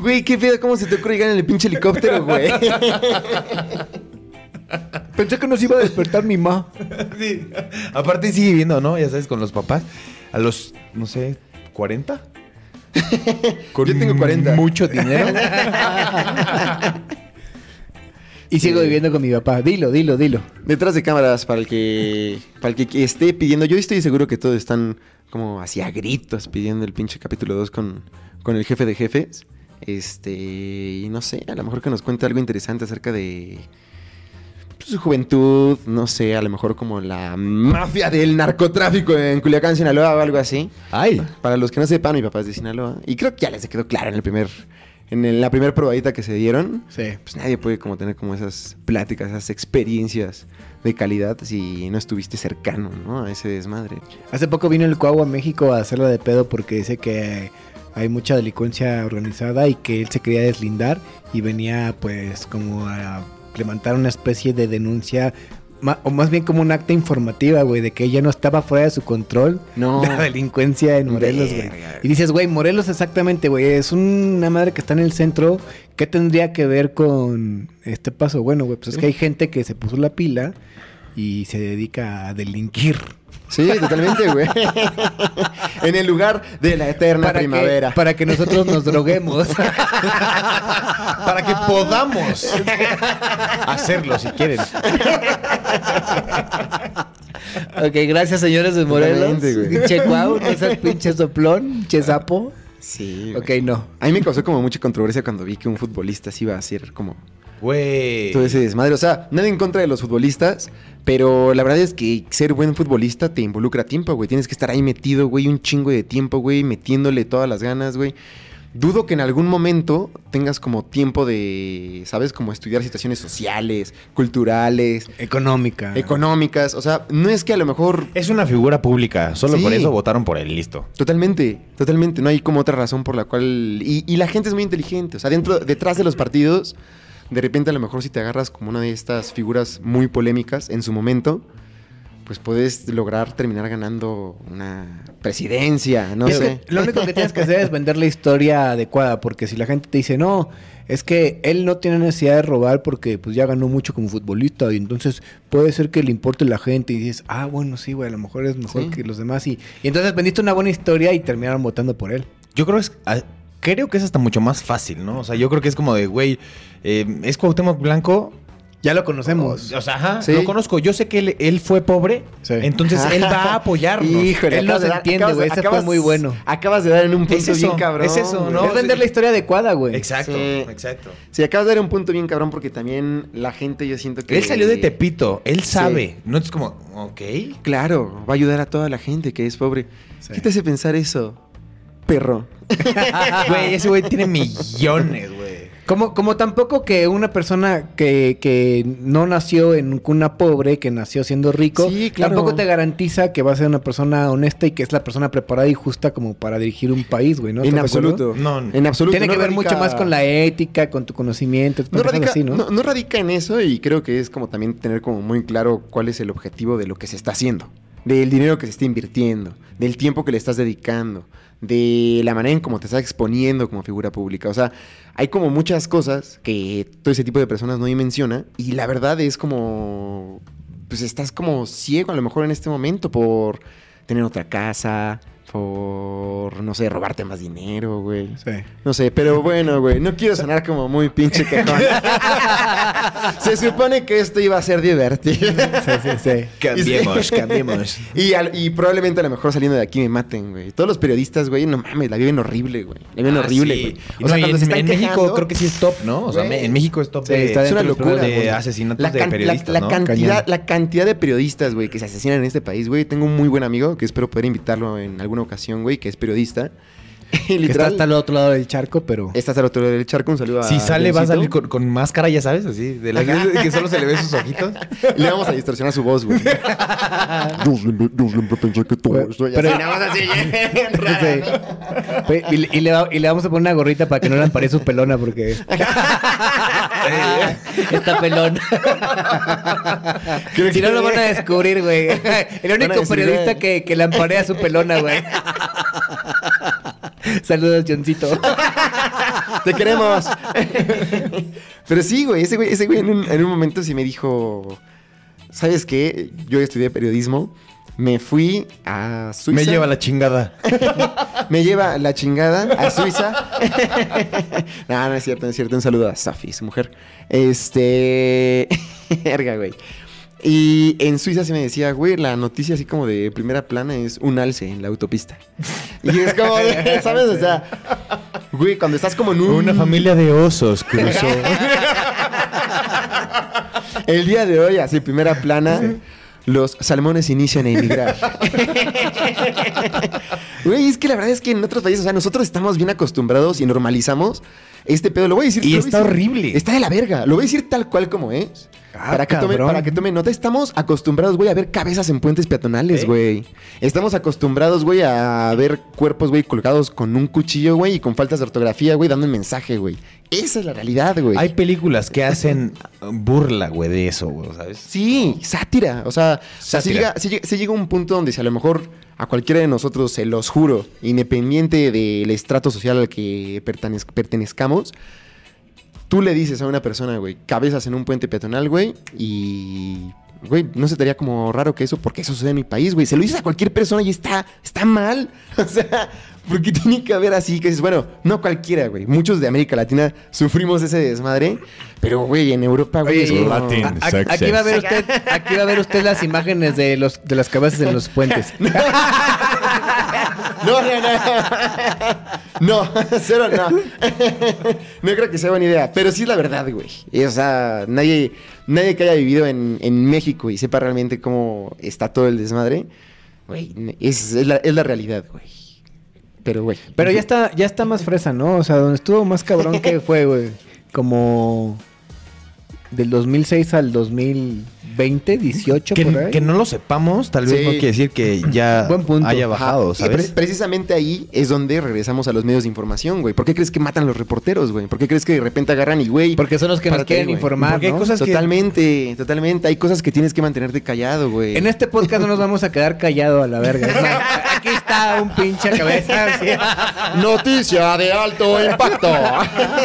Speaker 2: Güey, qué pedo, ¿cómo se te ocurre llegar en el pinche helicóptero, güey?
Speaker 3: Pensé que nos iba a despertar mi ma.
Speaker 1: Sí. Aparte sigue viviendo, ¿no? Ya sabes, con los papás. A los, no sé, 40.
Speaker 2: Yo tengo 40.
Speaker 1: Mucho dinero.
Speaker 3: Y sigo viviendo con mi papá. Dilo, dilo, dilo.
Speaker 2: Detrás de cámaras, para el que para el que esté pidiendo, yo estoy seguro que todos están como así a gritos pidiendo el pinche capítulo 2 con, con el jefe de jefes. Este, y no sé, a lo mejor que nos cuente algo interesante acerca de pues, su juventud, no sé, a lo mejor como la mafia del narcotráfico en Culiacán, Sinaloa o algo así.
Speaker 1: Ay.
Speaker 2: Para los que no sepan, mi papá es de Sinaloa y creo que ya les quedó claro en el primer en el- la primera probadita que se dieron
Speaker 3: Sí.
Speaker 2: pues nadie puede como tener como esas pláticas, esas experiencias de calidad si no estuviste cercano, ¿no? A ese desmadre.
Speaker 3: Hace poco vino el Cuau a México a hacerla de pedo porque dice que hay mucha delincuencia organizada y que él se quería deslindar y venía pues como a levantar una especie de denuncia ma- o más bien como un acta informativa, güey, de que ya no estaba fuera de su control
Speaker 2: No.
Speaker 3: la delincuencia en Morelos, güey.
Speaker 2: Verga,
Speaker 3: Y dices, güey, Morelos exactamente, güey, es una madre que está en el centro, ¿qué tendría que ver con este paso? Bueno, güey, pues es que hay gente que se puso la pila y se dedica a delinquir.
Speaker 2: Sí, totalmente, güey. en el lugar de la eterna primavera.
Speaker 3: Que, para que nosotros nos droguemos.
Speaker 1: Para que podamos hacerlo si quieren.
Speaker 3: ok, gracias señores de Morelos.
Speaker 2: Totalmente, güey.
Speaker 3: Che guau, no seas pinche soplón, che sapo.
Speaker 2: Sí.
Speaker 3: Ok,
Speaker 2: güey.
Speaker 3: no.
Speaker 2: A mí me causó como mucha controversia cuando vi que un futbolista sí iba a hacer como
Speaker 1: Güey.
Speaker 2: todo ese desmadre. O sea, nada en contra de los futbolistas, pero la verdad es que ser buen futbolista te involucra tiempo, güey. Tienes que estar ahí metido, güey, un chingo de tiempo, güey, metiéndole todas las ganas, güey. Dudo que en algún momento tengas como tiempo de, ¿sabes? Como estudiar situaciones sociales, culturales,
Speaker 3: Económica.
Speaker 2: económicas. O sea, no es que a lo mejor...
Speaker 1: Es una figura pública. Solo
Speaker 2: Sí.
Speaker 1: por eso votaron por él. Listo.
Speaker 2: Totalmente, totalmente. No hay como otra razón por la cual... Y, y la gente es muy inteligente. O sea, dentro, detrás de los partidos, de repente a lo mejor si te agarras como una de estas figuras muy polémicas en su momento, pues puedes lograr terminar ganando una presidencia, no
Speaker 3: Es
Speaker 2: sé.
Speaker 3: que lo único que tienes que hacer es vender la historia adecuada, porque si la gente te dice, no, es que él no tiene necesidad de robar porque pues ya ganó mucho como futbolista y entonces puede ser que le importe la gente y dices, ah, bueno, sí, güey, a lo mejor es mejor
Speaker 2: Sí.
Speaker 3: que los demás y, y entonces vendiste una buena historia y terminaron votando por él.
Speaker 1: Yo creo, es, a- creo que es hasta mucho más fácil, ¿no? O sea, yo creo que es como de, güey, eh, es Cuauhtémoc Blanco.
Speaker 3: Ya lo
Speaker 2: Oh,
Speaker 3: conocemos.
Speaker 1: O, o sea, ajá,
Speaker 2: Sí.
Speaker 1: lo conozco. Yo sé que él, él fue pobre.
Speaker 3: Sí.
Speaker 1: Entonces él va a apoyarnos.
Speaker 2: Híjole,
Speaker 3: Él no
Speaker 2: acabas
Speaker 3: se
Speaker 2: de dar-
Speaker 3: entiende,
Speaker 2: acabas-
Speaker 3: güey, ese fue
Speaker 2: acabas-
Speaker 3: muy bueno.
Speaker 2: Acabas de dar en un punto
Speaker 1: Es eso,
Speaker 2: bien cabrón.
Speaker 1: es eso,
Speaker 2: güey.
Speaker 1: ¿no?
Speaker 3: es vender la historia adecuada, güey.
Speaker 1: Exacto,
Speaker 2: Sí.
Speaker 1: exacto.
Speaker 2: Sí, acabas de dar un punto bien cabrón porque también la gente yo siento que...
Speaker 1: Él salió de Tepito, él
Speaker 2: Sí.
Speaker 1: sabe. No es como, ok.
Speaker 2: Claro, va a ayudar a toda la gente que es pobre.
Speaker 3: Sí.
Speaker 2: ¿Qué te hace pensar eso, perro?
Speaker 1: Güey, ese güey tiene millones, güey.
Speaker 3: Como, como tampoco que una persona que, que no nació en cuna pobre, que nació siendo rico,
Speaker 2: Sí, claro.
Speaker 3: tampoco te garantiza que va a ser una persona honesta y que es la persona preparada y justa como para dirigir un país, güey, ¿no?
Speaker 2: en
Speaker 3: ¿Estás de acuerdo?
Speaker 2: absoluto.
Speaker 1: No,
Speaker 2: en absoluto.
Speaker 3: Tiene
Speaker 2: No
Speaker 3: que ver
Speaker 2: radica-
Speaker 3: mucho más con la ética, con tu conocimiento,
Speaker 2: No
Speaker 3: pendejadas
Speaker 2: radica,
Speaker 3: así, ¿no?
Speaker 2: no- no radica en eso y creo que es como también tener como muy claro cuál es el objetivo de lo que se está haciendo, del dinero que se está invirtiendo, del tiempo que le estás dedicando, de la manera en cómo te estás exponiendo como figura pública. O sea, hay como muchas cosas que todo ese tipo de personas no dimensiona y la verdad es como, pues estás como ciego a lo mejor en este momento por tener otra casa, por, no sé, robarte más dinero, güey.
Speaker 3: Sí.
Speaker 2: No sé, pero bueno, güey, no quiero sonar como muy pinche cajón. Se supone que esto iba a ser divertido.
Speaker 3: Sí, sí, sí.
Speaker 1: Cambiemos, cambiemos.
Speaker 2: Y, al- y probablemente a lo mejor saliendo de aquí me maten, güey. Todos los periodistas, güey, no mames, la viven horrible, güey. La viven
Speaker 1: Ah,
Speaker 2: horrible,
Speaker 1: sí.
Speaker 2: güey.
Speaker 1: Y no, y en, en México
Speaker 2: quejando,
Speaker 1: creo que sí es top, ¿no? O sea,
Speaker 2: Güey.
Speaker 1: me- en México es top
Speaker 3: Sí,
Speaker 1: de,
Speaker 3: está
Speaker 2: es una
Speaker 3: dentro del
Speaker 2: locura.
Speaker 1: de
Speaker 2: güey.
Speaker 1: asesinatos
Speaker 2: La
Speaker 1: de
Speaker 2: can- la-
Speaker 1: periodistas,
Speaker 2: la,
Speaker 1: ¿no?
Speaker 2: cantidad,
Speaker 3: Cañón.
Speaker 2: la cantidad de periodistas, güey, que se asesinan en este país, güey. Tengo un muy buen amigo que espero poder invitarlo en algún alguna ocasión, güey, que es periodista. Y
Speaker 3: Que está
Speaker 2: literal,
Speaker 3: hasta el otro lado del charco, pero.
Speaker 2: estás al otro lado del charco, un saludo a...
Speaker 1: Si sale, va a
Speaker 2: Leoncito.
Speaker 1: salir con, con máscara, ya sabes, así, de la que solo se le ve sus ojitos.
Speaker 2: Le vamos a distorsionar su voz, güey.
Speaker 4: Yo siempre, yo siempre pensé que tú...
Speaker 3: Pero-
Speaker 4: estoy
Speaker 3: pero-
Speaker 4: así.
Speaker 3: Sí. Pe- Y, le- y le va- y le vamos a poner una gorrita para que no le aparezca su pelona, porque. Está pelón. si no lo van a descubrir, güey. El
Speaker 2: Van a
Speaker 3: único
Speaker 2: decir,
Speaker 3: periodista
Speaker 2: "Vean".
Speaker 3: que, que le amparea su pelona, güey. Saludos, Johncito.
Speaker 2: ¡Te queremos! Pero sí, güey, ese güey, ese güey en, un, en un momento sí me dijo, ¿sabes qué? Yo estudié periodismo, me fui a Suiza.
Speaker 1: Me lleva la chingada.
Speaker 2: me lleva la chingada a Suiza. no, no es cierto, no es cierto. Un saludo a Safi, su mujer. Este... Verga, güey. Y en Suiza se me decía, güey, la noticia así como de primera plana es un alce en la autopista. Y es como, de, ¿sabes? O sea, güey, cuando estás como en un...
Speaker 1: Una familia de osos cruzó.
Speaker 2: El día de hoy, así, primera plana, los salmones inician a emigrar. Güey, es que la verdad es que en otros países, o sea, nosotros estamos bien acostumbrados y normalizamos este pedo. Lo voy a decir.
Speaker 1: Y
Speaker 2: lo voy a
Speaker 1: está
Speaker 2: decir-
Speaker 1: horrible.
Speaker 2: Está de la verga. Lo voy a decir tal cual como es.
Speaker 3: Ah,
Speaker 2: para, que tome,
Speaker 3: cabrón.
Speaker 2: para que tome nota, estamos acostumbrados, güey, a ver cabezas en puentes peatonales,
Speaker 1: ¿Eh?
Speaker 2: güey. Estamos acostumbrados, güey, a ver cuerpos, güey, colgados con un cuchillo, güey, y con faltas de ortografía, güey, dando un mensaje, güey. Esa es la realidad, güey.
Speaker 1: Hay películas que hacen burla, güey, de eso, güey, ¿sabes?
Speaker 2: Sí, sátira. O sea, o sea, sí
Speaker 1: Sátira.
Speaker 2: llega, sí llega- sí llega un punto donde si a lo mejor a cualquiera de nosotros, se los juro, independiente del estrato social al que pertenez- pertenezcamos, tú le dices a una persona, güey, cabezas en un puente peatonal, güey, y... Güey, no se te haría como raro que eso, porque eso sucede en mi país, güey. Se lo dices a cualquier persona y está, está mal. O sea, porque tiene que haber así que dices, bueno, no cualquiera, güey. Muchos de América Latina sufrimos ese desmadre, pero, güey, en Europa, güey,
Speaker 3: Oye,
Speaker 2: es como-
Speaker 4: Latin.
Speaker 3: A- a- aquí va a ver usted, aquí va a ver usted las imágenes de los de las cabezas en los puentes.
Speaker 2: No, no, no. No, cero, no. No creo que sea buena idea. Pero sí es la verdad, güey. Y, O sea, nadie, nadie que haya vivido en, en México y sepa realmente cómo está todo el desmadre, güey, es, es la, es la realidad, güey. Pero, güey.
Speaker 3: Pero ya está, ya está más fresa, ¿no? O sea, donde estuvo más cabrón que fue, güey. Como del 2006 al 2020, 18,
Speaker 1: Que,
Speaker 3: por ahí.
Speaker 1: que no lo sepamos, tal vez
Speaker 2: Sí.
Speaker 1: no quiere decir que ya
Speaker 3: Buen punto.
Speaker 1: haya
Speaker 2: Ajá.
Speaker 1: bajado,
Speaker 2: Y
Speaker 1: ¿sabes?
Speaker 2: pre- precisamente ahí es donde regresamos a los medios de información, güey. ¿Por qué crees que matan a los reporteros, güey? ¿Por qué crees que de repente agarran y, güey...
Speaker 3: Porque son los que nos
Speaker 2: párate,
Speaker 3: quieren
Speaker 2: güey?
Speaker 3: informar,
Speaker 1: Porque hay
Speaker 3: ¿no?
Speaker 1: cosas- que-
Speaker 2: Totalmente, totalmente. Hay cosas que tienes que mantenerte callado, güey.
Speaker 3: En este podcast no nos vamos a quedar callado a la verga. Es más, aquí está un pinche cabeza. así.
Speaker 2: Noticia de alto impacto.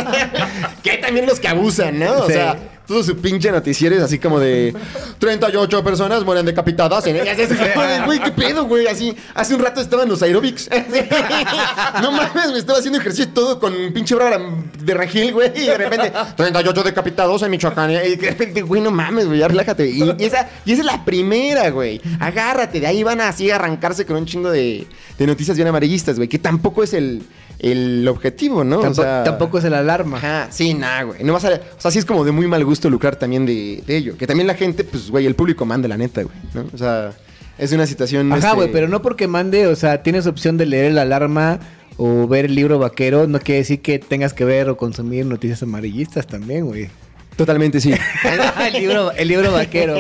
Speaker 2: que hay también los que abusan, ¿no? O
Speaker 3: Sí.
Speaker 2: sea, todo su pinche noticiero es así como de 38 personas mueren decapitadas. en- Es como de, Güey, qué pedo, güey. Así, hace un rato estaba en los aeróbics. no mames, me estaba haciendo ejercicio todo con un pinche bra de Rangel, güey. Y de repente, 38 decapitados en Michoacán. Y de repente, güey, no mames, güey, ya relájate. Y, y esa, y esa es la primera, güey. Agárrate, de ahí van así a arrancarse con un chingo de, de noticias bien amarillistas, güey. Que tampoco es el, el objetivo, ¿no? O
Speaker 3: Tampo-
Speaker 2: sea-
Speaker 3: tampoco es el alarma.
Speaker 2: Ajá, sí, nah, güey. No vas a- o sea, sí es como de muy mal gusto lucrar también de, de ello. Que también la gente, pues, güey, el público manda, la neta, güey, ¿no? O sea, es una situación...
Speaker 3: Ajá,
Speaker 2: este,
Speaker 3: güey, pero no porque mande, o sea, tienes opción de leer el alarma o ver el libro vaquero, no quiere decir que tengas que ver o consumir noticias amarillistas también, güey.
Speaker 2: Totalmente sí.
Speaker 3: el, libro, el libro vaquero.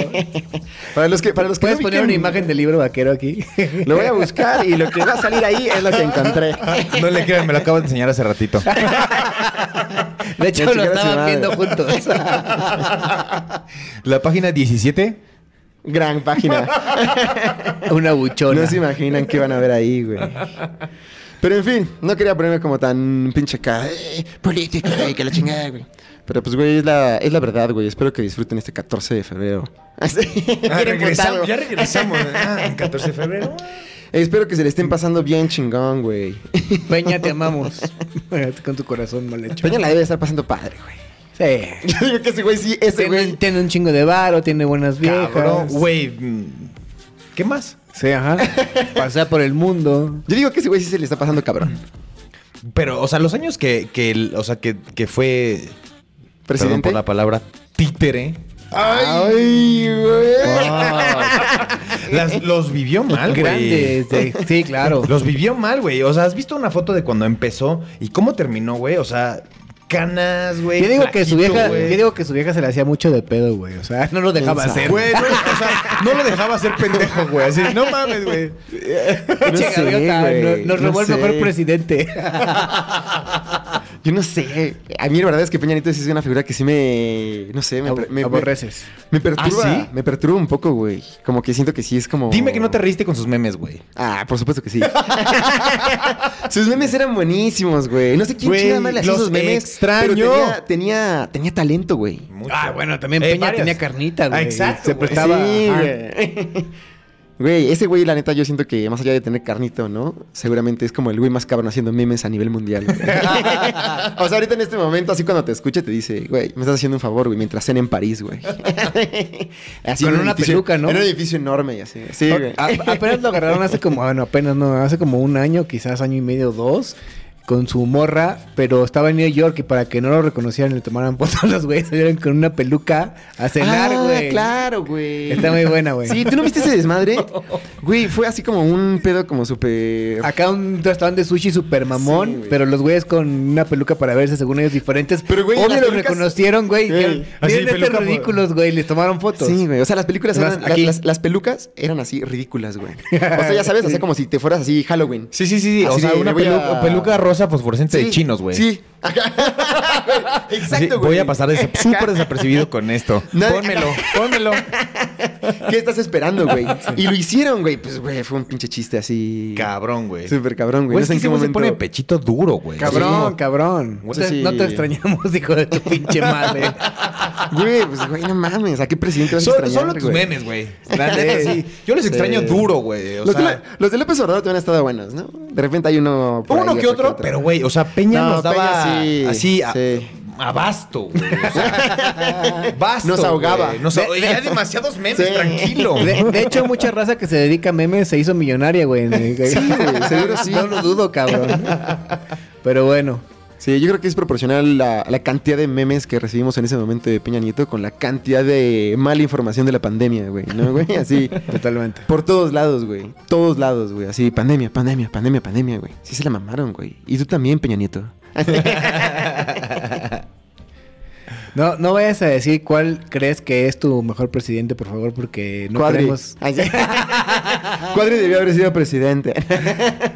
Speaker 2: Para los que... Para los que
Speaker 3: ¿Puedes
Speaker 2: no
Speaker 3: poner
Speaker 2: ubiquen-
Speaker 3: una imagen del libro vaquero aquí?
Speaker 2: Lo voy a buscar y lo que va a salir ahí es lo que encontré.
Speaker 1: No le crean, me lo acabo de enseñar hace ratito.
Speaker 3: De hecho, lo
Speaker 2: chingar a su
Speaker 3: estaban
Speaker 2: madre.
Speaker 3: viendo juntos.
Speaker 1: La página 17,
Speaker 2: Gran página.
Speaker 3: Una buchona.
Speaker 2: No se imaginan qué van a ver ahí, güey. Pero en fin, no quería ponerme como tan pinche acá. eh, política, güey, que la chingada, güey. Pero pues, güey, es la, es la verdad, güey. Espero que disfruten este 14 de febrero. Ah,
Speaker 3: Ah,
Speaker 2: Quieren votar, güey.
Speaker 1: regresamos. en 14 de febrero.
Speaker 2: Espero que se le estén pasando bien chingón, güey.
Speaker 3: Peña, te amamos. Con tu corazón mal hecho.
Speaker 2: Peña la debe estar pasando padre, güey.
Speaker 3: Sí.
Speaker 2: Yo digo que ese güey sí, ese
Speaker 3: Tiene,
Speaker 2: Este güey.
Speaker 3: tiene un chingo de varo, tiene buenas viejas.
Speaker 1: Cabrón, güey. mm, ¿Qué más?
Speaker 3: Sí, ajá. Pasea por el mundo.
Speaker 2: Yo digo que ese güey sí se le está pasando cabrón.
Speaker 1: Pero, o sea, los años que, que el- o sea, que, que fue, perdón
Speaker 2: Presidente.
Speaker 1: por la palabra, títere.
Speaker 2: Ay, güey.
Speaker 1: Las- los vivió mal, güey.
Speaker 3: Grandes. de- este. sí, claro.
Speaker 1: Los vivió mal, güey. O sea, ¿has visto una foto de cuando empezó y cómo terminó, güey? O sea, canas, güey.
Speaker 3: Yo digo, que su
Speaker 1: flaquito,
Speaker 3: vieja,
Speaker 1: güey.
Speaker 3: yo digo que su vieja se le hacía mucho de pedo, güey. O sea, no lo dejaba
Speaker 2: Quién
Speaker 3: hacer.
Speaker 1: Güey, no, o sea, no lo dejaba ser pendejo, güey. Así, no mames, güey.
Speaker 3: Pinche
Speaker 2: No sé,
Speaker 3: gaviota,
Speaker 2: güey,
Speaker 3: no- nos
Speaker 2: no
Speaker 3: robó el
Speaker 2: sé.
Speaker 3: mejor presidente.
Speaker 2: Yo no sé. A mí la verdad es que Peña Nieto sí es una figura que sí me. No sé, me. me-
Speaker 3: Ab-
Speaker 2: me-
Speaker 3: aborreces.
Speaker 2: Me perturba.
Speaker 1: ¿Ah, sí?
Speaker 2: Me perturba un poco, güey. Como que siento que sí es como.
Speaker 1: Dime que no te reíste con sus memes, güey.
Speaker 2: Ah, por supuesto que sí. sus memes eran buenísimos, güey. No sé quién
Speaker 1: Güey,
Speaker 2: chingada madre le hacía
Speaker 1: los
Speaker 2: esos memes.
Speaker 1: extraño.
Speaker 2: Pero tenía, tenía, tenía talento, güey.
Speaker 1: Mucho.
Speaker 3: Ah, bueno, también
Speaker 1: Eh,
Speaker 3: Peña
Speaker 1: varias.
Speaker 3: tenía carnita, güey.
Speaker 1: Ah, exacto,
Speaker 3: Se
Speaker 1: güey.
Speaker 3: prestaba.
Speaker 2: Sí,
Speaker 3: Ajá.
Speaker 2: güey. Güey, ese güey, la neta, yo siento que más allá de tener carnito, ¿no? Seguramente es como el güey más cabrón haciendo memes a nivel mundial. güey. o sea, ahorita en este momento, así cuando te escucha, te dice, güey, me estás haciendo un favor, güey, mientras cena en París, güey. así
Speaker 3: Con
Speaker 2: en un
Speaker 3: una
Speaker 2: edificio-
Speaker 3: peluca, ¿no?
Speaker 2: En un edificio enorme y así. Sí, güey.
Speaker 3: A- apenas lo agarraron hace como, bueno, apenas no, hace como un año, quizás año y medio, dos, con su morra, pero estaba en New York y para que no lo reconocieran y le tomaran fotos los güeyes, salieron con una peluca a cenar,
Speaker 2: Ah,
Speaker 3: güey.
Speaker 2: claro, güey.
Speaker 3: Está muy buena, güey.
Speaker 2: Sí, ¿tú no viste ese desmadre? Güey, fue así como un pedo como súper...
Speaker 3: Acá un restaurante de sushi super
Speaker 2: Sí,
Speaker 3: mamón,
Speaker 2: güey.
Speaker 3: pero los güeyes con una peluca para verse según ellos diferentes.
Speaker 2: Pero, güey,
Speaker 3: obvio
Speaker 2: las
Speaker 3: los
Speaker 2: pelucas-
Speaker 3: reconocieron, güey. y
Speaker 2: Güey,
Speaker 3: dijeron,
Speaker 1: así,
Speaker 3: Miren
Speaker 1: peluca
Speaker 3: estos
Speaker 1: por-
Speaker 3: ridículos, güey, les tomaron fotos.
Speaker 2: Sí, güey. O sea, las películas
Speaker 3: Las-
Speaker 2: eran. las-
Speaker 3: aquí.
Speaker 2: Las, las pelucas eran así ridículas, güey. O sea, ya sabes, o sea, como si te fueras así Halloween.
Speaker 1: Sí, sí, sí.
Speaker 2: Así
Speaker 1: o sea,
Speaker 2: de,
Speaker 1: una
Speaker 2: voy
Speaker 1: pelu-
Speaker 3: ah.
Speaker 2: a-
Speaker 1: peluca rosa fosforescente
Speaker 2: Sí,
Speaker 1: de chinos, güey.
Speaker 2: Sí. Ajá. Güey,
Speaker 1: Así,
Speaker 2: Exacto, güey.
Speaker 1: voy a pasar desa- súper desapercibido con esto.
Speaker 2: Nadie-
Speaker 1: Pónmelo, pónmelo.
Speaker 2: ¿Qué estás esperando, güey? Y lo hicieron, güey. Pues, güey, fue un pinche chiste así.
Speaker 1: Cabrón, güey.
Speaker 2: Súper cabrón, güey.
Speaker 1: Güey, es que
Speaker 2: en
Speaker 1: ese güey se pone pechito duro, güey.
Speaker 3: Cabrón,
Speaker 2: Sí.
Speaker 3: cabrón. No
Speaker 2: Sí,
Speaker 3: te,
Speaker 2: sí.
Speaker 3: no te extrañamos, hijo de tu pinche madre.
Speaker 2: Güey, pues, güey, no mames. ¿A qué presidente vas a
Speaker 1: Solo-
Speaker 2: extrañar,
Speaker 1: solo tus
Speaker 2: güey?
Speaker 1: memes, güey. La neta,
Speaker 2: Sí.
Speaker 1: sí. Yo les
Speaker 2: Sí.
Speaker 1: extraño duro, güey. O
Speaker 2: Los, de
Speaker 1: sea,
Speaker 2: la- los de López Obrador también han estado buenos, ¿no? De repente hay uno... por
Speaker 1: uno
Speaker 2: ahí,
Speaker 1: que otro, pero güey, o sea, Peña
Speaker 2: No,
Speaker 1: nos daba
Speaker 2: Peña sí,
Speaker 1: así a-
Speaker 2: sí.
Speaker 1: abasto, güey. O sea, basto,
Speaker 2: Nos ahogaba.
Speaker 1: güey. Nos ahog- ya demasiados memes,
Speaker 2: Sí.
Speaker 1: tranquilo.
Speaker 3: De, de hecho, mucha raza que se dedica a memes se hizo millonaria, güey. Sí,
Speaker 2: seguro sí.
Speaker 3: No lo dudo, cabrón. Pero bueno.
Speaker 2: Sí, yo creo que es proporcional la, la cantidad de memes que recibimos en ese momento de Peña Nieto con la cantidad de mala información de la pandemia, güey, ¿no, güey? Así,
Speaker 3: Totalmente.
Speaker 2: por todos lados, güey. Todos lados, güey. Así, pandemia, pandemia, pandemia, pandemia, güey. Sí se la mamaron, güey. Y tú también, Peña Nieto.
Speaker 3: No, no vayas a decir cuál crees que es tu mejor presidente, por favor, porque no
Speaker 2: Cuadri.
Speaker 3: queremos...
Speaker 2: Ay, sí. Cuadri debió haber sido presidente.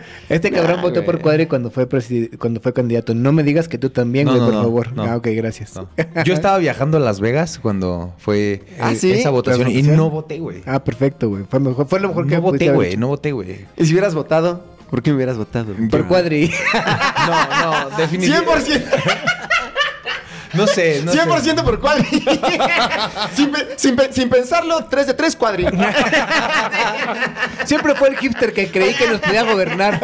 Speaker 3: Este cabrón
Speaker 2: Nah,
Speaker 3: votó
Speaker 2: güey.
Speaker 3: por Cuadri cuando fue presidi- cuando fue candidato. No me digas que tú también,
Speaker 1: No,
Speaker 3: güey,
Speaker 1: no,
Speaker 3: por
Speaker 1: no,
Speaker 3: favor.
Speaker 1: no.
Speaker 3: Ah, ok, gracias.
Speaker 1: No. Yo estaba viajando a Las Vegas cuando fue
Speaker 2: Ah,
Speaker 1: eh,
Speaker 2: ¿sí?
Speaker 1: esa votación y
Speaker 3: ¿Votación?
Speaker 1: no voté, güey.
Speaker 3: Ah, perfecto, güey. Fue, mejor- fue lo mejor que
Speaker 1: No
Speaker 3: pudiste
Speaker 1: voté,
Speaker 3: haber
Speaker 1: güey,
Speaker 3: hecho.
Speaker 1: no voté, güey.
Speaker 2: y si hubieras votado, ¿por qué me hubieras votado?
Speaker 3: Por Cuadri.
Speaker 1: No, no,
Speaker 2: 100%,
Speaker 1: definitivamente. No sé, no sé.
Speaker 2: 100% por Cuadri. sin, pe- sin pe- sin pensarlo, 3 de 3 Cuadri.
Speaker 3: Siempre fue el hipster que creí que nos podía gobernar.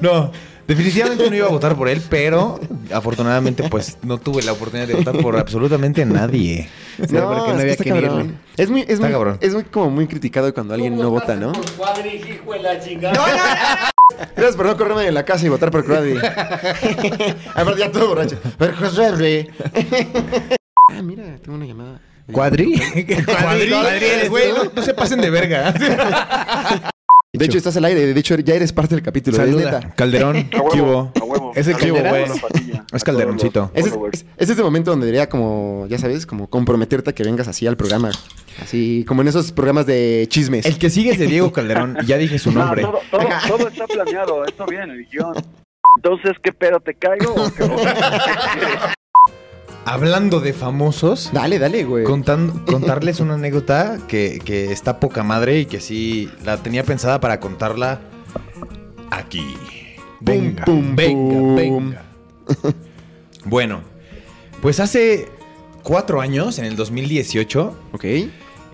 Speaker 1: No, definitivamente no iba a votar por él, pero afortunadamente pues no tuve la oportunidad de votar por absolutamente nadie.
Speaker 3: Sí, porque no
Speaker 2: es que
Speaker 3: había
Speaker 2: está
Speaker 3: quien
Speaker 2: cabrón.
Speaker 3: irle.
Speaker 2: Es muy, es
Speaker 1: Está
Speaker 2: muy,
Speaker 1: cabrón.
Speaker 2: es muy como muy criticado cuando alguien no vota, ¿no? Gracias por no correrme de la casa y votar por Crowdy. A ver, ya todo borracho. Pero Crowdy. Ah, mira, tengo una llamada.
Speaker 3: ¿Cuadri?
Speaker 1: Cuadril,
Speaker 3: eres
Speaker 1: güey,
Speaker 3: tú.
Speaker 1: no, no se pasen de verga.
Speaker 2: De hecho, estás al aire. De hecho, ya eres parte del capítulo. Es neta.
Speaker 1: Calderón,
Speaker 5: A
Speaker 1: ¿qué
Speaker 5: huevo,
Speaker 1: hubo?
Speaker 5: a huevo.
Speaker 3: ¿Es el
Speaker 5: A huevo,
Speaker 3: Calderón?
Speaker 5: la patilla.
Speaker 1: Es Calderoncito.
Speaker 2: Ese es, es- ese es el momento donde debería como, ya sabes, como comprometerte a que vengas así al programa. Así, como en esos programas de chismes.
Speaker 1: El que sigue es de Diego Calderón, ya dije su
Speaker 5: No,
Speaker 1: nombre.
Speaker 5: Ah, todo, todo- todo está planeado, esto viene, el guión. Entonces, ¿qué pedo te caigo? o qué?
Speaker 1: Hablando de famosos,
Speaker 2: Dale, dale, güey.
Speaker 1: contan- contarles una anécdota que, que está poca madre y que sí la tenía pensada para contarla aquí. Venga,
Speaker 2: pum, pum.
Speaker 1: Bueno, pues hace cuatro años, en el 2018,
Speaker 2: Ok.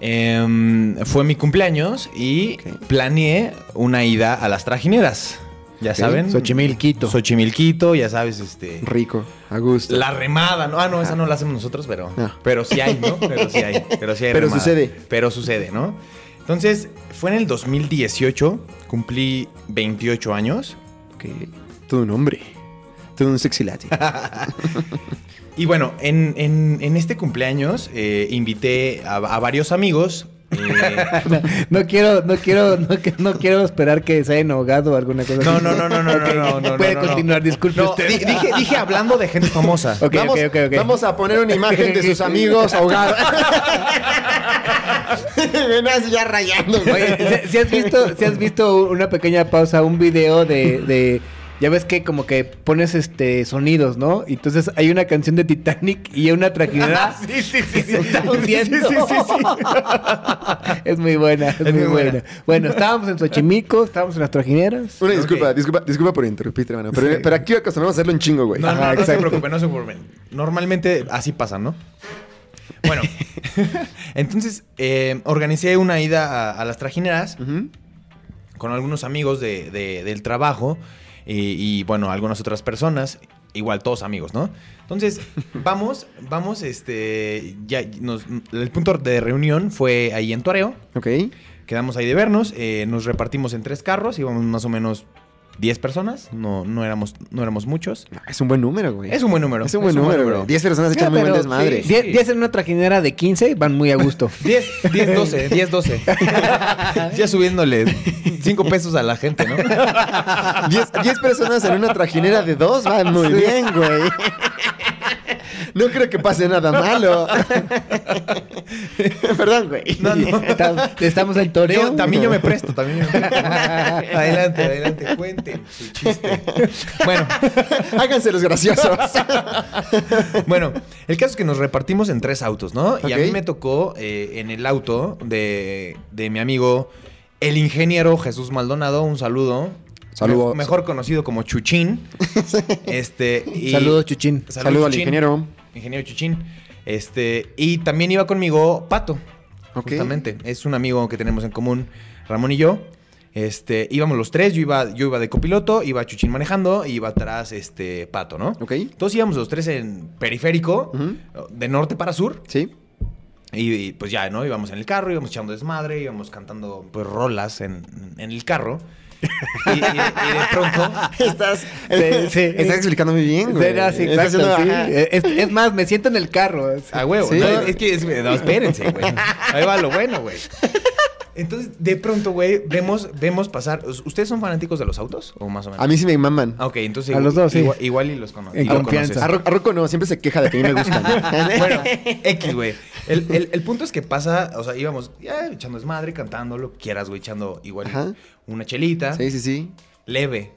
Speaker 1: Em, fue mi cumpleaños y
Speaker 2: Ok.
Speaker 1: planeé una ida a las trajineras. Ya
Speaker 2: Ok,
Speaker 1: saben.
Speaker 3: Xochimilquito.
Speaker 1: Xochimilquito, ya sabes, este.
Speaker 2: Rico. A gusto.
Speaker 1: La remada, ¿no? Ah, no, esa no la hacemos nosotros, pero.
Speaker 2: No.
Speaker 3: Ah.
Speaker 1: Pero sí hay, ¿no? Pero sí hay. Pero sí hay
Speaker 2: Pero
Speaker 1: remada.
Speaker 2: sucede.
Speaker 1: Pero sucede, ¿no? Entonces, fue en el 2018, cumplí 28 años.
Speaker 2: Que Todo un hombre. Todo un sexy latte.
Speaker 1: Y bueno, en, en- en este cumpleaños eh, invité a, a varios amigos Eh,
Speaker 3: No, no quiero, no quiero, no, que- no quiero esperar que se hayan ahogado o alguna cosa.
Speaker 1: no,
Speaker 3: así.
Speaker 1: no, no, no, no, no,
Speaker 3: Ok,
Speaker 1: no, no,
Speaker 3: Puede
Speaker 1: no, no.
Speaker 3: continuar, disculpe
Speaker 1: No,
Speaker 3: usted.
Speaker 1: di- dije, dije hablando de gente famosa.
Speaker 3: Ok,
Speaker 2: vamos,
Speaker 3: ok, ok, ok.
Speaker 2: vamos a poner una imagen de sus amigos ahogados. Venas ya rayando.
Speaker 3: Oye, si, si has visto, si has visto una pequeña pausa, un video de, de- ya ves que como que pones este sonidos, ¿no? Y entonces hay una canción de Titanic y una trajinera
Speaker 1: sí, sí, Ah, sí,
Speaker 3: se está hundiendo. es muy buena, es, muy,
Speaker 1: muy buena.
Speaker 3: buena. Bueno, estábamos en Xochimilco, estábamos en las trajineras.
Speaker 2: Una
Speaker 1: Ok.
Speaker 2: disculpa, disculpa, disculpa por interrumpirte, hermano. Pero, pero aquí acostumbramos a hacerlo un chingo, güey.
Speaker 1: No, no,
Speaker 3: Ajá,
Speaker 1: no se
Speaker 3: exacto.
Speaker 1: preocupen, no se preocupen. Normalmente así pasa, ¿no? Bueno, entonces eh, organicé una ida a, a las trajineras
Speaker 2: Ujú.
Speaker 1: con algunos amigos de- de- del trabajo y, y, bueno, algunas otras personas. Igual, todos amigos, ¿no? Entonces, vamos, vamos, este, ya, nos- el punto de reunión fue ahí en Toreo.
Speaker 2: Ok.
Speaker 1: Quedamos ahí de vernos, eh, nos repartimos en tres carros, íbamos más o menos 10 personas, no, no, éramos, no éramos muchos.
Speaker 2: Es un buen número, güey.
Speaker 1: Es un buen número.
Speaker 2: Es un buen número, güey. 10 personas echan muy buen
Speaker 3: Pero,
Speaker 2: desmadre.
Speaker 3: sí, die- diez en una trajinera de 15 van muy a gusto.
Speaker 1: 10, 10, 12, 10, 12. ya subiéndole 5 pesos a la gente, ¿no?
Speaker 2: 10 personas en una trajinera de dos va muy bien, güey. No creo que pase nada malo. Perdón, güey.
Speaker 1: No, no.
Speaker 3: Estamos- Estamos en
Speaker 1: Yo-
Speaker 3: Toreo.
Speaker 1: también yo me presto, también yo me presto. adelante, adelante, cuente su chiste. Bueno,
Speaker 2: Háganse los graciosos.
Speaker 1: bueno, el caso es que nos repartimos en tres autos, ¿no? Y a
Speaker 2: Ok.
Speaker 1: mí me tocó eh, en el auto de, de mi amigo, el ingeniero Jesús Maldonado, un saludo.
Speaker 2: Saludos.
Speaker 1: Me- mejor conocido como Chuchín. Este, y-
Speaker 3: Saludos, Chuchín.
Speaker 1: Saludos,
Speaker 2: Saludo al
Speaker 1: Chuchín.
Speaker 2: ingeniero.
Speaker 1: Ingeniero Chuchín. Este, y también iba conmigo Pato.
Speaker 2: Ok.
Speaker 1: Justamente. Es un amigo que tenemos en común, Ramón y yo. Este, íbamos los tres, yo iba, yo iba de copiloto, iba Chuchín manejando, y iba atrás este Pato, ¿no?
Speaker 2: Ok.
Speaker 1: Entonces íbamos los tres en periférico,
Speaker 2: Ujú.
Speaker 1: de norte para sur.
Speaker 2: Sí.
Speaker 1: Y, y, pues ya, ¿no? Íbamos en el carro, íbamos echando desmadre, íbamos cantando pues rolas en, en el carro. Y, y- y de pronto.
Speaker 2: Estás,
Speaker 3: Sí, sí.
Speaker 2: estás explicando muy bien, güey.
Speaker 3: Era así,
Speaker 2: Estás
Speaker 3: exacto,
Speaker 2: haciendo-
Speaker 3: sí.
Speaker 2: ajá.
Speaker 3: Es, es más, me siento en el carro. así.
Speaker 1: A huevo.
Speaker 2: Sí.
Speaker 1: No, es que es- no, espérense, güey. Ahí va lo bueno, güey. Entonces, de pronto, güey, vemos, vemos pasar. ¿Ustedes son fanáticos de los autos? O más o menos.
Speaker 2: A mí sí me maman.
Speaker 1: Ah, ok, entonces.
Speaker 3: A los dos, sí.
Speaker 1: Igual, igual y los cono-
Speaker 3: En
Speaker 1: y lo
Speaker 3: confianza.
Speaker 2: A,
Speaker 1: conoces.
Speaker 2: Ro- a Rocco no, siempre se queja de que a mí me gustan.
Speaker 1: Bueno, X, güey. El, el- el punto es que pasa, o sea, íbamos ya, echando desmadre, cantando, lo que quieras, güey, echando igual
Speaker 2: Ajá.
Speaker 1: una chelita.
Speaker 2: Sí, sí, sí.
Speaker 1: Leve.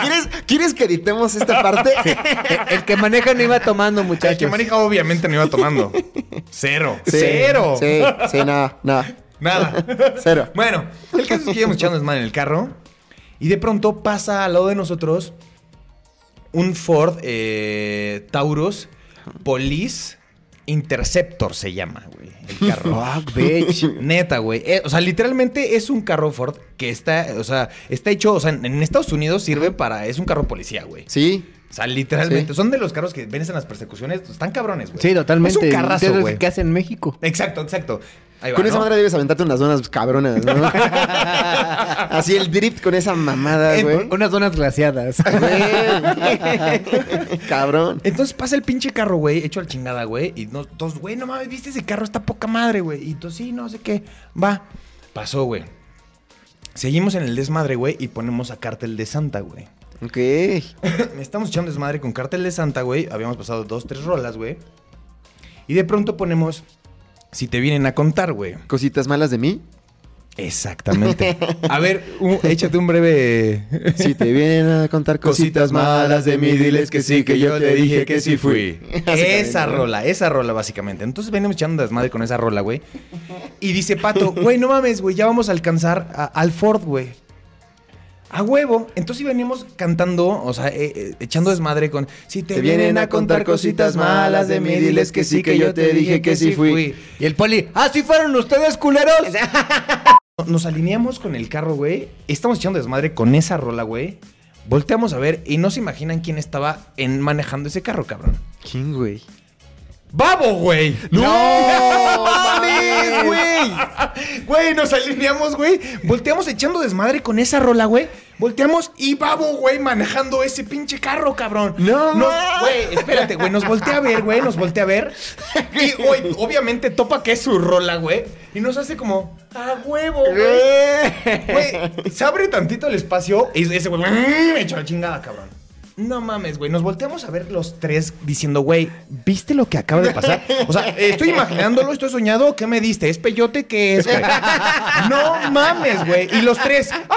Speaker 2: ¿Quieres, ¿Quieres que editemos esta parte?
Speaker 3: El, el que maneja no iba tomando, muchachos.
Speaker 1: El que maneja obviamente no iba tomando. Cero.
Speaker 2: Sí,
Speaker 1: Cero.
Speaker 2: Sí, sí, nada, nada.
Speaker 1: Nada.
Speaker 2: Cero.
Speaker 1: Bueno, el caso es que íbamos echando desmadre en el carro y de pronto pasa al lado de nosotros un Ford eh, Taurus Police Interceptor se llama, güey. El carro.
Speaker 3: Fuck, bitch.
Speaker 1: Neta, güey. Eh, o sea, literalmente es un carro Ford que está, o sea, está hecho, o sea, en, en Estados Unidos sirve para, es un carro policía, güey.
Speaker 2: Sí,
Speaker 1: O sea, literalmente,
Speaker 2: Sí.
Speaker 1: son de los carros que ven en las persecuciones, pues, están cabrones, güey.
Speaker 3: Sí, totalmente.
Speaker 1: Es un
Speaker 3: Ustedes
Speaker 1: carrazo,
Speaker 3: lo
Speaker 1: güey.
Speaker 3: que hace en México?
Speaker 1: Exacto, exacto. Ahí va,
Speaker 2: Con esa
Speaker 1: ¿no?
Speaker 2: madre debes aventarte unas donas cabronas, ¿no? Así el drift con esa mamada,
Speaker 1: En-
Speaker 2: güey.
Speaker 3: Unas donas glaciadas.
Speaker 2: Güey. Cabrón.
Speaker 1: Entonces pasa el pinche carro, güey, hecho al chingada, güey. Y no, todos, güey, no mames, viste ese carro, está poca madre, güey. Y tú, sí, no sé qué. Va. Pasó, güey. Seguimos en el desmadre, güey, y ponemos a Cartel de Santa, güey.
Speaker 2: Ok.
Speaker 1: Estamos echando desmadre con Cartel de Santa, güey. Habíamos pasado dos, tres rolas, güey. Y de pronto ponemos, si te vienen a contar, güey.
Speaker 2: Cositas malas de mí.
Speaker 1: Exactamente. A ver, un- échate un breve...
Speaker 2: Si te vienen a contar cositas malas de mí, diles que sí, que yo te dije que sí fui.
Speaker 1: Esa rola, esa rola básicamente. Entonces venimos echando desmadre con esa rola, güey. Y dice Pato, güey, no mames, güey, ya vamos a alcanzar a- al Ford, güey. A huevo. Entonces veníamos cantando, o sea, eh, eh, echando desmadre con... Si te, vienen a contar cositas malas de mí, diles que sí, que yo te dije que sí fui.
Speaker 3: Y el poli, ¡ah, sí fueron ustedes, culeros!
Speaker 1: Nos alineamos con el carro, güey. Estamos echando desmadre con esa rola, güey. Volteamos a ver y no se imaginan quién estaba en manejando ese carro, cabrón.
Speaker 2: ¿Quién, güey?
Speaker 1: ¡Babo, güey!
Speaker 2: ¡No!
Speaker 1: mames, güey! Güey, nos alineamos, güey. Volteamos echando desmadre con esa rola, güey. Volteamos y Babu, güey, manejando ese pinche carro, cabrón.
Speaker 2: No
Speaker 1: Nos-
Speaker 2: mames.
Speaker 1: Güey, espérate, güey, nos voltea a ver, güey, nos voltea a ver. Y, güey, obviamente topa que es su rola, güey. Y nos hace como, a huevo, güey. Güey, se abre tantito el espacio y ese güey, "Mm", hecho la chingada, cabrón. No mames, güey. Nos volteamos a ver los tres diciendo, güey, ¿viste lo que acaba de pasar? O sea, estoy imaginándolo, estoy soñado. ¿Qué me diste? ¿Es peyote? ¿Qué es, güey? No mames, güey. Y los tres, ¡ah!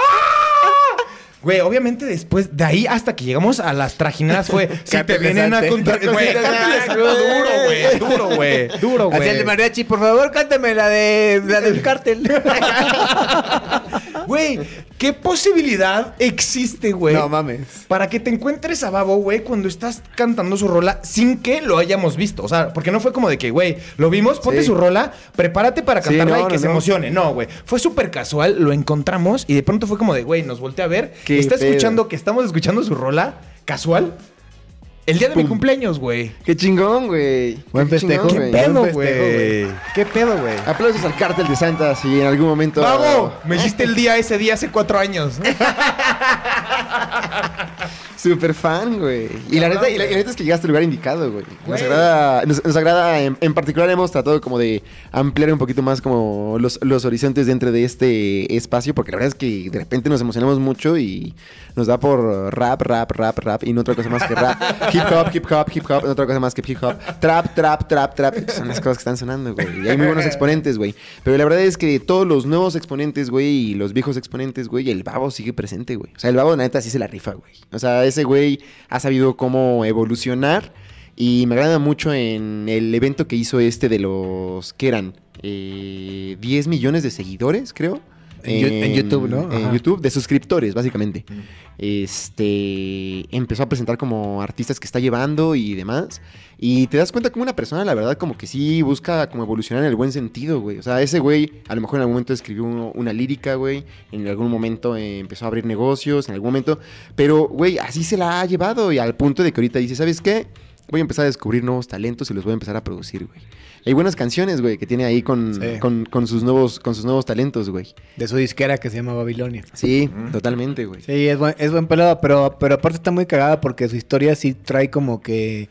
Speaker 1: Güey, obviamente después, de ahí hasta que llegamos a las trajineras fue, si te vienen a contar, güey, cántales algo duro, güey, duro, güey, duro,
Speaker 3: Así el de
Speaker 1: güey.
Speaker 3: mariachi, por favor, cántame la de la del cártel.
Speaker 1: Güey, ¿qué posibilidad existe, güey?
Speaker 3: No mames.
Speaker 1: Para que te encuentres a Babo, güey, cuando estás cantando su rola sin que lo hayamos visto. O sea, porque no fue como de que, güey, lo vimos, ponte
Speaker 2: Sí.
Speaker 1: su rola, prepárate para
Speaker 2: Sí,
Speaker 1: cantarla
Speaker 2: no,
Speaker 1: y que
Speaker 2: no,
Speaker 1: se
Speaker 2: no.
Speaker 1: emocione. No, güey. Fue súper casual, lo encontramos y de pronto fue como de, güey, nos voltea a ver.
Speaker 2: Qué
Speaker 1: está
Speaker 2: pedo.
Speaker 1: escuchando que estamos escuchando su rola casual el día de mi cumpleaños, güey.
Speaker 2: Qué chingón, güey.
Speaker 3: Buen
Speaker 2: Qué
Speaker 3: festejo,
Speaker 2: chingón,
Speaker 3: qué
Speaker 2: güey.
Speaker 3: pedo,
Speaker 2: Buen festejo,
Speaker 1: güey. ¿Qué pedo, güey?
Speaker 2: Aplausos al cártel de Santa si en algún momento...
Speaker 1: Babo, me hiciste el día ese día hace cuatro años.
Speaker 2: Super fan, güey. Y la neta, y la, y la neta es que llegaste al lugar indicado, güey. Nos
Speaker 1: Güey.
Speaker 2: agrada, nos, nos agrada en, en particular hemos tratado como de ampliar un poquito más como los, los horizontes dentro de este espacio, porque la verdad es que de repente nos emocionamos mucho y nos da por rap, rap, rap, rap y no otra cosa más que rap, hip hop, hip hop, hip hop, no otra cosa más que hip hop, trap, trap, trap, trap. Son las cosas que están sonando, güey. Y hay muy buenos exponentes, güey. Pero la verdad es que todos los nuevos exponentes, güey, y los viejos exponentes, güey, el babo sigue presente, güey. O sea, el babo, la neta, sí se la rifa, güey. O sea, ese güey ha sabido cómo evolucionar. Y me agrada mucho en el evento que hizo este de los que eran Eh, 10 millones de seguidores, creo.
Speaker 3: En Yo- en YouTube, ¿no?
Speaker 2: En
Speaker 3: Ajá. Mm.
Speaker 2: YouTube, de suscriptores, básicamente. Este empezó a presentar como artistas que está llevando y demás. Y te das cuenta como una persona, la verdad, como que sí busca como evolucionar en el buen sentido, güey. O sea, ese güey a lo mejor en algún momento escribió uno- una lírica, güey. En algún momento eh, empezó a abrir negocios, en algún momento. Pero, güey, así se la ha llevado y al punto de que ahorita dice, ¿sabes qué? Voy a empezar a descubrir nuevos talentos y los voy a empezar a producir, güey. Hay buenas canciones, güey, que tiene ahí con,
Speaker 3: Sí.
Speaker 2: con, con sus, nuevos, con sus nuevos talentos, güey.
Speaker 3: De su disquera que se llama Babilonia.
Speaker 2: Sí, totalmente, güey.
Speaker 3: Sí, es buen, es buen pelado, pero, pero aparte está muy cagada porque su historia sí trae como que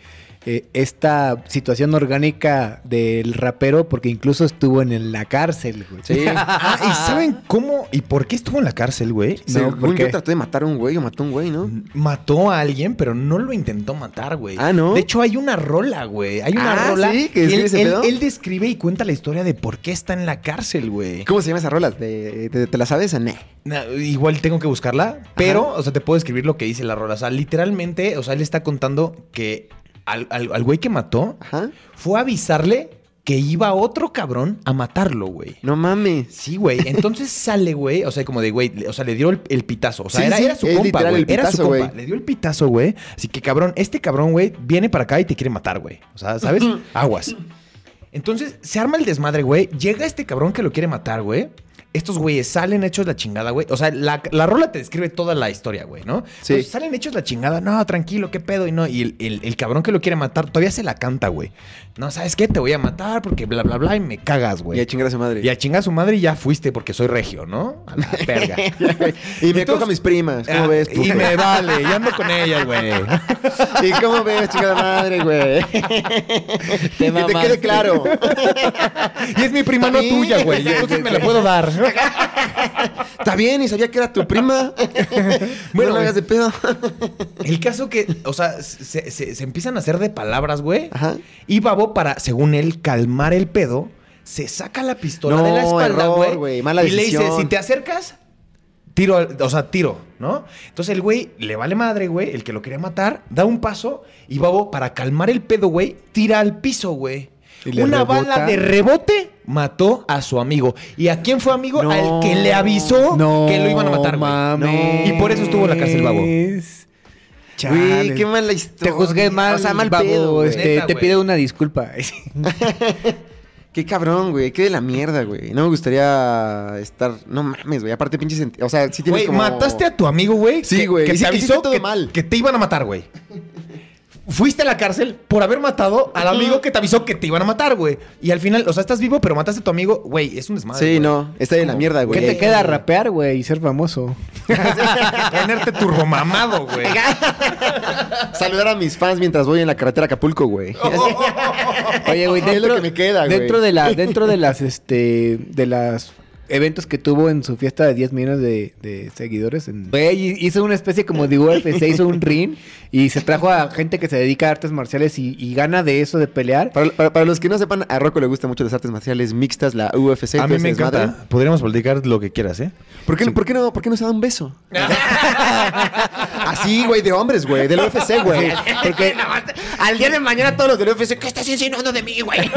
Speaker 3: eh, esta situación orgánica del rapero, porque incluso estuvo en el- la cárcel, güey.
Speaker 2: Sí.
Speaker 1: ah, ¿y saben cómo y por qué estuvo en la cárcel, güey?
Speaker 3: No, ¿por
Speaker 2: Según
Speaker 3: qué?
Speaker 2: yo trató de matar a un güey o mató a un güey, ¿no?
Speaker 1: Mm. Mató a alguien, pero no lo intentó matar, güey.
Speaker 2: Ah, ¿no?
Speaker 1: De hecho, hay una rola, güey. Hay una
Speaker 2: Ah,
Speaker 1: rola.
Speaker 2: ¿sí? ¿Que
Speaker 1: él,
Speaker 2: describe ese
Speaker 1: él-
Speaker 2: pedo?
Speaker 1: él describe y cuenta la historia de por qué está en la cárcel, güey.
Speaker 2: ¿Cómo se llama esa rola? ¿Te, te, te la sabes o no?
Speaker 1: Na- Igual tengo que buscarla, pero, o sea, te puedo escribir lo que dice la rola. O sea, literalmente, o sea, él está contando que al, al- al güey que mató
Speaker 2: Ajá.
Speaker 1: fue a avisarle que iba otro cabrón a matarlo, güey.
Speaker 2: No mames.
Speaker 1: Sí, güey. Entonces sale, güey. O sea, como de, güey, le- o sea, le dio el, el pitazo. O sea,
Speaker 2: Sí,
Speaker 1: era,
Speaker 2: sí,
Speaker 1: era su
Speaker 2: es
Speaker 1: compa,
Speaker 2: literal
Speaker 1: güey.
Speaker 2: el
Speaker 1: Era su
Speaker 2: pitazo,
Speaker 1: compa.
Speaker 2: güey.
Speaker 1: Le dio el pitazo, güey. Así que, cabrón, este cabrón, güey, viene para acá y te quiere matar, güey. O sea, ¿sabes? Aguas. Entonces, se arma el desmadre, güey. Llega este cabrón que lo quiere matar, güey. Estos güeyes salen hechos la chingada, güey. O sea, la, la rola te describe toda la historia, güey, ¿no?
Speaker 2: Sí.
Speaker 1: Entonces, salen hechos la chingada. No, tranquilo, qué pedo. Y no, y el, el- el cabrón que lo quiere matar todavía se la canta, güey. No, ¿sabes qué? Te voy a matar porque bla, bla, bla. Y me cagas, güey.
Speaker 2: Y a chingar a su madre.
Speaker 1: Y a chingar a su madre y ya fuiste porque soy regio, ¿no? A la verga.
Speaker 2: Y me
Speaker 1: Entonces-
Speaker 2: cojo a mis primas. Pues, ¿Cómo
Speaker 1: Ah,
Speaker 2: ves, puto?
Speaker 1: Y me vale, ya ando con ella, güey.
Speaker 2: ¿Y cómo ves, chingada madre, güey? que te quede claro.
Speaker 1: Y es mi prima, no
Speaker 2: También.
Speaker 1: tuya, güey. Entonces me la puedo dar.
Speaker 2: Está bien, y sabía que era tu prima.
Speaker 1: Bueno,
Speaker 2: bueno, no la hagas de pedo.
Speaker 1: El caso que, o sea, se, se- se empiezan a hacer de palabras, güey.
Speaker 2: Ajá.
Speaker 1: Y Babo, para, según él, calmar el pedo, se saca la pistola de la
Speaker 2: No,
Speaker 1: espalda,
Speaker 2: error,
Speaker 1: güey.
Speaker 2: güey, mala
Speaker 1: y le dice,
Speaker 2: decisión.
Speaker 1: si te acercas, tiro, al- o sea, tiro, ¿no? Entonces el güey le vale madre, güey, el que lo quería matar, da un paso y Babo, para calmar el pedo, güey, tira al piso, güey.
Speaker 3: Y le
Speaker 1: Una
Speaker 3: rebota.
Speaker 1: bala de rebote mató a su amigo. ¿Y a quién fue amigo?
Speaker 2: No.
Speaker 1: al que le avisó que lo iban a matar, güey.
Speaker 3: mames.
Speaker 1: Y por eso estuvo en la cárcel, babo.
Speaker 3: Chale.
Speaker 2: Güey, qué mala historia.
Speaker 3: Te juzgué mal,
Speaker 2: O sea, mal
Speaker 3: babo,
Speaker 2: pedo, güey.
Speaker 3: este,
Speaker 1: Neta,
Speaker 3: te
Speaker 1: güey.
Speaker 3: pido una disculpa.
Speaker 2: Qué cabrón, güey. Qué de la mierda, güey. No me gustaría estar... No mames, güey. Aparte, pinche sentido. O sea, sí tienes
Speaker 1: Güey,
Speaker 2: como...
Speaker 1: mataste a tu amigo, güey.
Speaker 2: Sí,
Speaker 1: que-
Speaker 2: güey,
Speaker 1: Que,
Speaker 2: hici-
Speaker 1: te
Speaker 2: hiciste
Speaker 1: avisó
Speaker 2: todo
Speaker 1: que,
Speaker 2: mal.
Speaker 1: que te iban a matar, güey. fuiste a la cárcel por haber matado al amigo que te avisó que te iban a matar, güey. Y al final, o sea, estás vivo, pero mataste a tu amigo, güey, es un desmadre.
Speaker 2: Sí,
Speaker 1: güey.
Speaker 2: no, está en la mierda,
Speaker 3: ¿Qué
Speaker 2: güey.
Speaker 3: te queda rapear, güey, y ser famoso?
Speaker 1: Ponerte turbomamado, güey.
Speaker 2: Saludar a mis fans mientras voy en la carretera a Acapulco, güey.
Speaker 3: Oye, güey,
Speaker 2: Es lo
Speaker 3: dentro,
Speaker 2: que me queda, güey.
Speaker 3: dentro de la, dentro de las, este, de las eventos que tuvo en su fiesta de 10 millones de, de seguidores. en- Güey, hizo una especie como de UFC, hizo un ring y se trajo a gente que se dedica a artes marciales y, y gana de eso de pelear.
Speaker 2: Para, para- para los que no sepan, a Rocco le gustan mucho las artes marciales mixtas, la UFC.
Speaker 1: A
Speaker 2: todo ese
Speaker 1: mí me
Speaker 2: desmadre.
Speaker 1: encanta. Podríamos platicar lo que quieras, ¿eh?
Speaker 2: ¿Por qué, ¿por qué no, por qué no se da un beso? Así, güey, de hombres, güey, del UFC, güey. Porque al día de mañana todos los del UFC, ¿qué estás insinuando de mí, güey?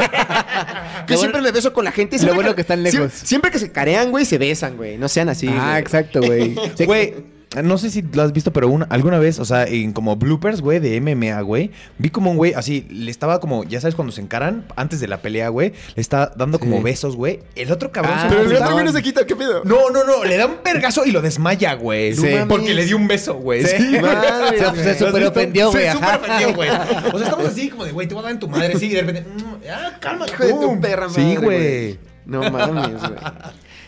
Speaker 2: que siempre me beso con la gente. y
Speaker 3: lo
Speaker 2: siempre
Speaker 3: bueno que están lejos.
Speaker 2: Siempre, siempre que se carean, güey, se besan, güey. No sean así.
Speaker 3: ah,
Speaker 2: güey.
Speaker 3: exacto, güey. Se-
Speaker 1: Güey, no sé si lo has visto, pero una- alguna vez, o sea, en como bloopers, güey, de MMA, güey, vi como un güey así, le estaba como, ya sabes, cuando se encaran, antes de la pelea, güey, le está dando como besos, güey. El otro cabrón
Speaker 3: Ah,
Speaker 1: se
Speaker 2: Pero el
Speaker 1: apuntaba-
Speaker 2: otro güey no se quita, ¿qué pedo?
Speaker 1: No, no, no, le da un vergazo y lo desmaya, güey.
Speaker 2: Sí.
Speaker 1: Porque le dio un beso, güey.
Speaker 2: Sí, pues,
Speaker 1: güey.
Speaker 2: madre,
Speaker 1: O sea,
Speaker 2: güey.
Speaker 1: se
Speaker 3: Se superofendió,
Speaker 1: superofendió,
Speaker 3: güey,
Speaker 1: Se
Speaker 3: ajá.
Speaker 1: superofendió, güey. O sea, estamos así como de, güey, te voy a dar en tu madre, sí, y de repente, mm, ah, calma,
Speaker 2: Hijo de tu perra, madre,
Speaker 1: Sí, güey.
Speaker 2: No mames, güey.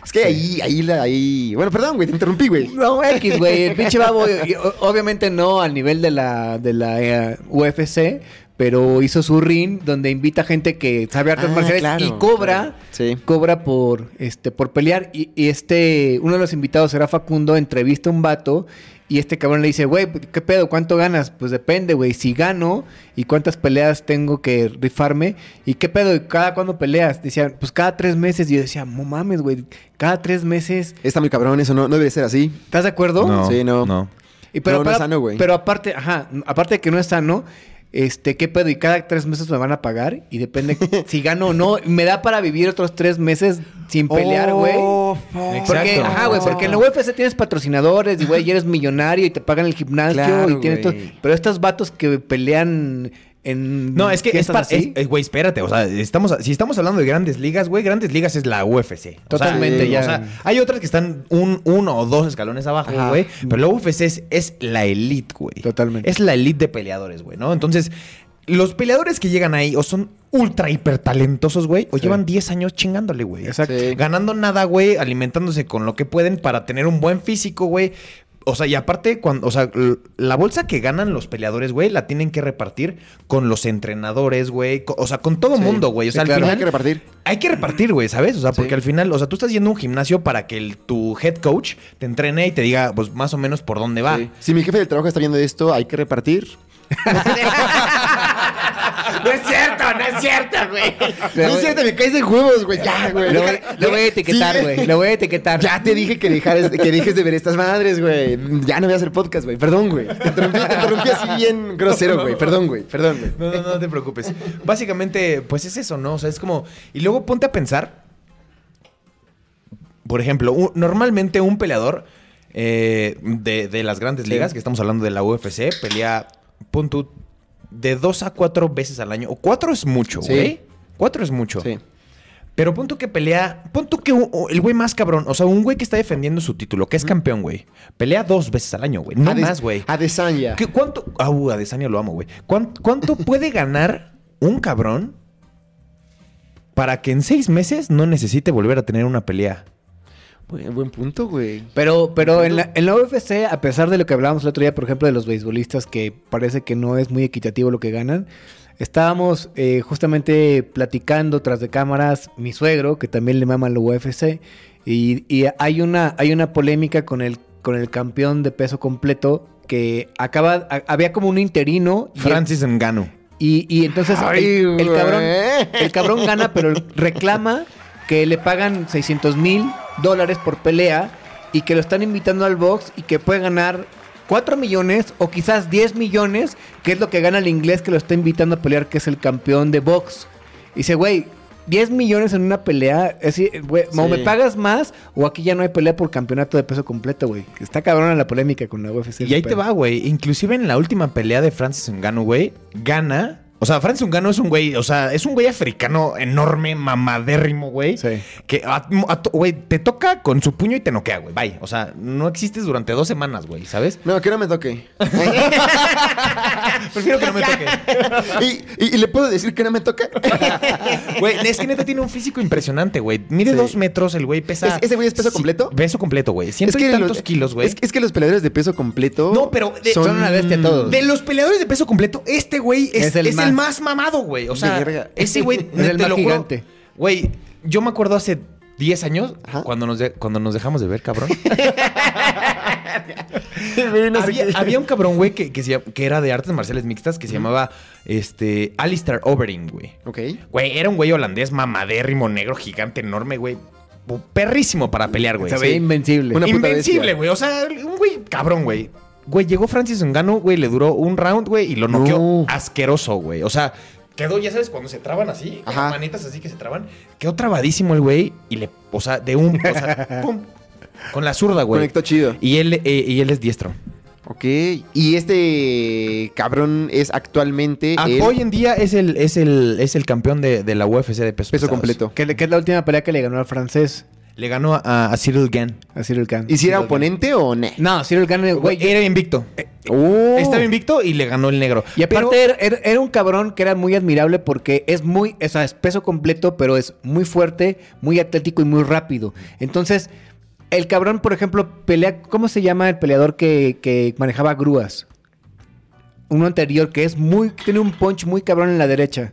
Speaker 2: Es que ahí, ahí, la- ahí. Bueno, perdón, güey, te interrumpí, güey.
Speaker 3: No, X, güey. El pinche babo, y- y- o- obviamente no al nivel de la, de la eh, UFC, pero hizo su ring donde invita gente que sabe artes
Speaker 2: Ah,
Speaker 3: marciales
Speaker 2: claro,
Speaker 3: y cobra.
Speaker 2: claro. Sí.
Speaker 3: Cobra por, este, por pelear. Y, y este, uno de los invitados era Facundo, entrevista a un vato. Y este cabrón le dice, güey, ¿qué pedo? ¿Cuánto ganas? Pues depende, güey. Si gano y cuántas peleas tengo que rifarme. ¿Y qué pedo? ¿Y cada cuándo peleas? Decían, pues cada tres meses. Y yo decía, no mames, güey. Cada tres meses.
Speaker 2: Está muy cabrón, eso no, no debe ser así.
Speaker 3: ¿Estás de acuerdo?
Speaker 2: Sí, no.
Speaker 3: Y
Speaker 2: No,
Speaker 3: pero,
Speaker 2: no
Speaker 3: pero-
Speaker 2: es sano, güey.
Speaker 3: Pero aparte, ajá, aparte de que no es sano, este, ¿qué pedo? Y cada tres meses me van a pagar y depende si gano o no. Me da para vivir otros tres meses sin pelear, güey.
Speaker 2: Oh,
Speaker 3: porque,
Speaker 1: Exacto.
Speaker 3: ajá, güey, porque en la UFC tienes patrocinadores y, güey, y eres millonario y te pagan el gimnasio
Speaker 2: Claro,
Speaker 3: y tienes todo.
Speaker 2: güey.
Speaker 3: Pero estos vatos que pelean en.
Speaker 1: No, es que es
Speaker 3: fiestas
Speaker 1: para.
Speaker 3: así,
Speaker 1: es- eh, Güey, espérate. O sea, estamos, si estamos hablando de grandes ligas, güey, grandes ligas es la UFC. O sea,
Speaker 3: Totalmente,
Speaker 1: eh,
Speaker 3: ya.
Speaker 1: O sea, hay otras que están un, uno o dos escalones abajo,
Speaker 2: Ajá.
Speaker 1: güey. Pero la UFC es, es la elite, güey.
Speaker 3: Totalmente.
Speaker 1: Es la elite de peleadores, güey, ¿no? Entonces, los peleadores que llegan ahí o son ultra hiper talentosos, güey, o llevan 10 años chingándole, güey.
Speaker 3: Exacto.
Speaker 2: Sí.
Speaker 1: Ganando nada, güey, alimentándose con lo que pueden para tener un buen físico, güey. O sea, y aparte, cuando, o sea, l- la bolsa que ganan los peleadores, güey, la tienen que repartir con los entrenadores, güey. co- O sea, con todo mundo, güey. O sea,
Speaker 2: Sí,
Speaker 1: al
Speaker 2: claro,
Speaker 1: final-
Speaker 2: hay que repartir.
Speaker 1: hay que repartir, güey, ¿sabes? O sea, porque
Speaker 2: Sí.
Speaker 1: al final, o sea, tú estás yendo a un gimnasio para que el- tu head coach te entrene y te diga, pues, más o menos por dónde va.
Speaker 2: Sí. Si mi jefe del trabajo está viendo esto, hay que repartir.
Speaker 1: No es cierto, no es cierto, güey.
Speaker 3: Pero, güey,
Speaker 2: me caes de huevos, güey. Ya, güey.
Speaker 3: Lo voy, lo voy a etiquetar,
Speaker 2: Sí.
Speaker 3: güey. Lo voy a etiquetar.
Speaker 2: Ya te dije que, dejaras, que dejes de ver estas madres, güey. Ya no voy a hacer podcast, güey. Perdón, güey. Te interrumpí, te interrumpí así bien grosero, güey. Perdón, güey. Perdón, güey.
Speaker 1: No, no, no te preocupes. Básicamente, pues es eso, ¿no? O sea, es como. Y luego ponte a pensar. Por ejemplo, un- normalmente un peleador eh, de, de las grandes ligas, que estamos hablando de la UFC, pelea. pon tú, de dos a cuatro veces al año. O cuatro es mucho,
Speaker 2: Sí.
Speaker 1: güey. Cuatro es mucho.
Speaker 2: Sí.
Speaker 1: Pero pon tú que pelea. Pon tú que u- u- el güey más cabrón. O sea, un güey que está defendiendo su título, que es campeón, güey. Pelea dos veces al año, güey. No
Speaker 2: Ades-
Speaker 1: más, güey.
Speaker 2: Adesanya.
Speaker 1: ¿Qué- ¿Cuánto? Ah, uh, Adesanya lo amo, güey. ¿Cuán- ¿Cuánto, puede ganar un cabrón para que en seis meses no necesite volver a tener una pelea?
Speaker 2: Buen, buen punto, güey.
Speaker 3: Pero, pero en, la, en la UFC, a pesar de lo que hablábamos el otro día, por ejemplo, de los beisbolistas, que parece que no es muy equitativo lo que ganan, estábamos eh, justamente platicando tras de cámaras mi suegro, que también le mama la UFC, y, y hay, una, hay una polémica con el, con el campeón de peso completo que acaba, a- había como un interino y-
Speaker 1: Francis Ngannou.
Speaker 3: y, y entonces el- el,
Speaker 2: güey.
Speaker 3: cabrón, el cabrón gana, pero reclama que le pagan 600 mil dólares por pelea y que lo están invitando al box y que puede ganar 4 millones o quizás 10 millones, que es lo que gana el inglés que lo está invitando a pelear, que es el campeón de box. Y dice, güey, 10 millones en una pelea, es decir, güey, o
Speaker 2: Sí.
Speaker 3: me pagas más o aquí ya no hay pelea por campeonato de peso completo, güey. Está cabrona la polémica con la UFC.
Speaker 1: Y ahí
Speaker 3: ese
Speaker 1: te
Speaker 3: pedo.
Speaker 1: va, güey. Inclusive en la última pelea de Francis Ngannou, güey, gana O sea, Franz Ungano es un güey, o sea, es un güey africano enorme, mamadérrimo, güey.
Speaker 3: Sí.
Speaker 1: Que, a- a- güey, te toca con su puño y te noquea, güey. Bye. O sea, no existes durante dos semanas, güey, ¿sabes?
Speaker 2: No, que no me toque.
Speaker 1: Prefiero que no me
Speaker 2: ¿Y,
Speaker 1: toque.
Speaker 2: y- y le puedo decir que no me toque?
Speaker 1: Güey, es que neta tiene un físico impresionante, güey. Mide
Speaker 2: Sí.
Speaker 1: dos metros, el güey pesa.
Speaker 2: ¿Es- ese güey es peso
Speaker 1: Sí,
Speaker 2: completo?
Speaker 1: Peso completo, güey. Ciento y
Speaker 2: los-
Speaker 1: tantos kilos, güey.
Speaker 2: Es, que- es que los peleadores de peso completo.
Speaker 1: No, pero de-
Speaker 3: son una bestia todos.
Speaker 1: De los peleadores de peso completo, este güey es,
Speaker 3: Es el
Speaker 1: es
Speaker 3: más.
Speaker 1: el más mamado, güey. O sea,
Speaker 2: Verga.
Speaker 1: ese güey,
Speaker 3: Es el más gigante.
Speaker 1: Güey, yo me acuerdo hace 10 años,
Speaker 2: Ajá.
Speaker 1: cuando nos, de- cuando nos dejamos de ver, cabrón.
Speaker 2: No sé
Speaker 1: había,
Speaker 2: qué.
Speaker 1: había un cabrón, güey, que, que, se llam- que era de artes marciales mixtas, que se llamaba este, Alistair Overing, güey.
Speaker 2: Ok.
Speaker 1: Güey, era un güey holandés mamadérrimo, negro, gigante, enorme, güey. Pu- Perrísimo para pelear, güey.
Speaker 3: Se veía
Speaker 1: Sí.
Speaker 3: invencible.
Speaker 2: Una- puta
Speaker 1: Invencible,
Speaker 2: bestia.
Speaker 1: güey. O sea, un güey cabrón, güey. Güey, llegó Francis Ngannou, güey, le duró un round, güey, y lo
Speaker 2: No.
Speaker 1: noqueó asqueroso, güey. O sea, quedó, ya sabes, cuando se traban así, con
Speaker 2: Ajá.
Speaker 1: las manitas así que se traban, quedó trabadísimo el güey y le, o sea, de un, o sea, pum, con la zurda, güey.
Speaker 2: Conectó chido.
Speaker 1: Y él, eh, y él es diestro.
Speaker 2: Ok. Y este cabrón es actualmente.
Speaker 1: Ah,
Speaker 2: el
Speaker 1: Hoy en día es el, es el, es el campeón de, de la UFC de
Speaker 2: peso
Speaker 1: peso, pesados.
Speaker 2: completo.
Speaker 3: Que, le- que es la última pelea que le ganó al francés,
Speaker 1: Le ganó a, a Cyril Gann.
Speaker 3: a Cyril Khan.
Speaker 2: ¿Y si era oponente o no?
Speaker 3: No, Cyril Khan, güey.
Speaker 1: Güey, era invicto.
Speaker 2: Oh.
Speaker 1: Estaba invicto y le ganó el negro.
Speaker 3: Y
Speaker 1: Pero-
Speaker 3: aparte era, era- era un cabrón que era muy admirable porque es muy, o sea, es peso completo, pero es muy fuerte, muy atlético y muy rápido. Entonces, el cabrón, por ejemplo, pelea, ¿cómo se llama el peleador que, que manejaba grúas? Uno anterior que es muy, tiene un punch muy cabrón en la derecha.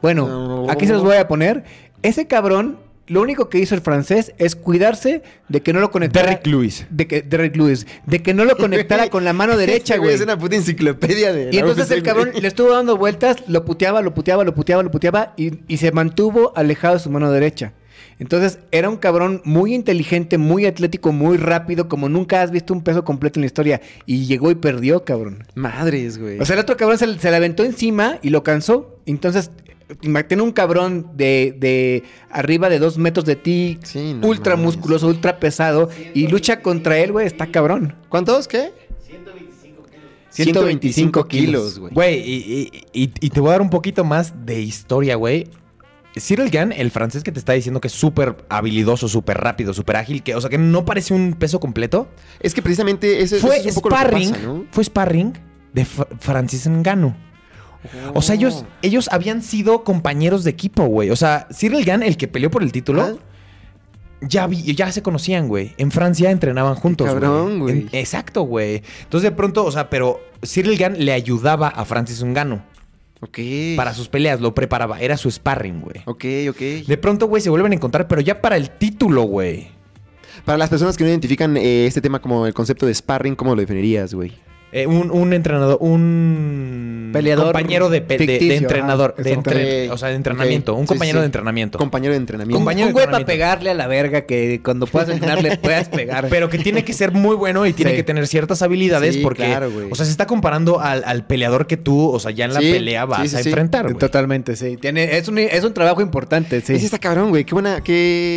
Speaker 3: Bueno, aquí se los voy a poner. Ese cabrón, lo único que hizo el francés es cuidarse de que no lo conectara.
Speaker 1: Derrick Lewis.
Speaker 3: De que, Derrick Lewis. De que no lo conectara con la mano derecha,
Speaker 2: Este
Speaker 3: güey.
Speaker 2: Es una puta enciclopedia de.
Speaker 3: Y
Speaker 2: la
Speaker 3: entonces
Speaker 2: UFC,
Speaker 3: el cabrón
Speaker 2: güey.
Speaker 3: le estuvo dando vueltas, lo puteaba, lo puteaba, lo puteaba, lo puteaba y, y se mantuvo alejado de su mano derecha. Entonces era un cabrón muy inteligente, muy atlético, muy rápido, como nunca has visto un peso completo en la historia. Y llegó y perdió, cabrón.
Speaker 2: Madres, güey.
Speaker 3: O sea, el otro cabrón se, le- se le aventó encima y lo cansó. Entonces, ima- tiene un cabrón de, de arriba de dos metros de ti,
Speaker 2: Sí, no
Speaker 3: ultra
Speaker 2: mames.
Speaker 3: musculoso, ultra pesado, y lucha contra él, güey, está cabrón.
Speaker 2: ¿Cuántos? ¿Qué? 125 kilos, güey.
Speaker 1: Güey, y, y- y- y te voy a dar un poquito más de historia, güey. Cyril Gann, el francés que te está diciendo que es súper habilidoso, súper rápido, súper ágil, que, o sea, que no parece un peso completo,
Speaker 2: Es que precisamente ese
Speaker 1: fue
Speaker 2: ese es un poco lo que
Speaker 1: sparring,
Speaker 2: pasa, ¿no?
Speaker 1: fue sparring de Fra- Francis Ngannou. O sea,
Speaker 2: Oh.
Speaker 1: ellos, ellos habían sido compañeros de equipo, güey. O sea, Cyril Gann, el que peleó por el título,
Speaker 2: Ajá.
Speaker 1: ya, vi- ya se conocían, güey. En Francia entrenaban juntos.
Speaker 2: cabrón, güey.
Speaker 1: En- Exacto, güey. Entonces, de pronto, o sea, pero Cyril Gann le ayudaba a Francis Ngannou
Speaker 2: Oh, Ok.
Speaker 1: para sus peleas, lo preparaba. Era su sparring, güey.
Speaker 2: Ok, ok.
Speaker 1: De pronto, güey, se vuelven a encontrar, pero ya para el título, güey.
Speaker 2: Para las personas que no identifican eh, este tema como el concepto de sparring, ¿cómo lo definirías, güey?
Speaker 1: Eh, un, un entrenador, un
Speaker 3: Peleador
Speaker 1: compañero de, pe- de- de
Speaker 3: ficticio,
Speaker 1: entrenador,
Speaker 3: ajá,
Speaker 1: de
Speaker 3: exacto.
Speaker 1: entren-
Speaker 2: Ok,
Speaker 1: o sea, de entrenamiento,
Speaker 2: ok,
Speaker 1: un
Speaker 2: sí,
Speaker 1: compañero
Speaker 2: sí.
Speaker 1: de entrenamiento.
Speaker 2: Compañero de entrenamiento.
Speaker 3: Un,
Speaker 1: Compañero de
Speaker 3: un güey para
Speaker 1: entrenamiento.
Speaker 3: pegarle a la verga que cuando puedas entrenar le puedas pegar.
Speaker 1: Pero que tiene que ser muy bueno y tiene
Speaker 3: Sí.
Speaker 1: que tener ciertas habilidades
Speaker 2: Sí,
Speaker 1: porque,
Speaker 2: claro, güey.
Speaker 1: o sea, se está comparando al, al peleador que tú, o sea, ya en la
Speaker 2: Sí,
Speaker 1: pelea
Speaker 2: sí,
Speaker 1: vas
Speaker 2: sí,
Speaker 1: a
Speaker 2: sí.
Speaker 1: enfrentar, güey.
Speaker 3: Totalmente, sí. Tiene, es, un, es un trabajo importante, sí.
Speaker 2: Ese está cabrón, güey. Qué buena,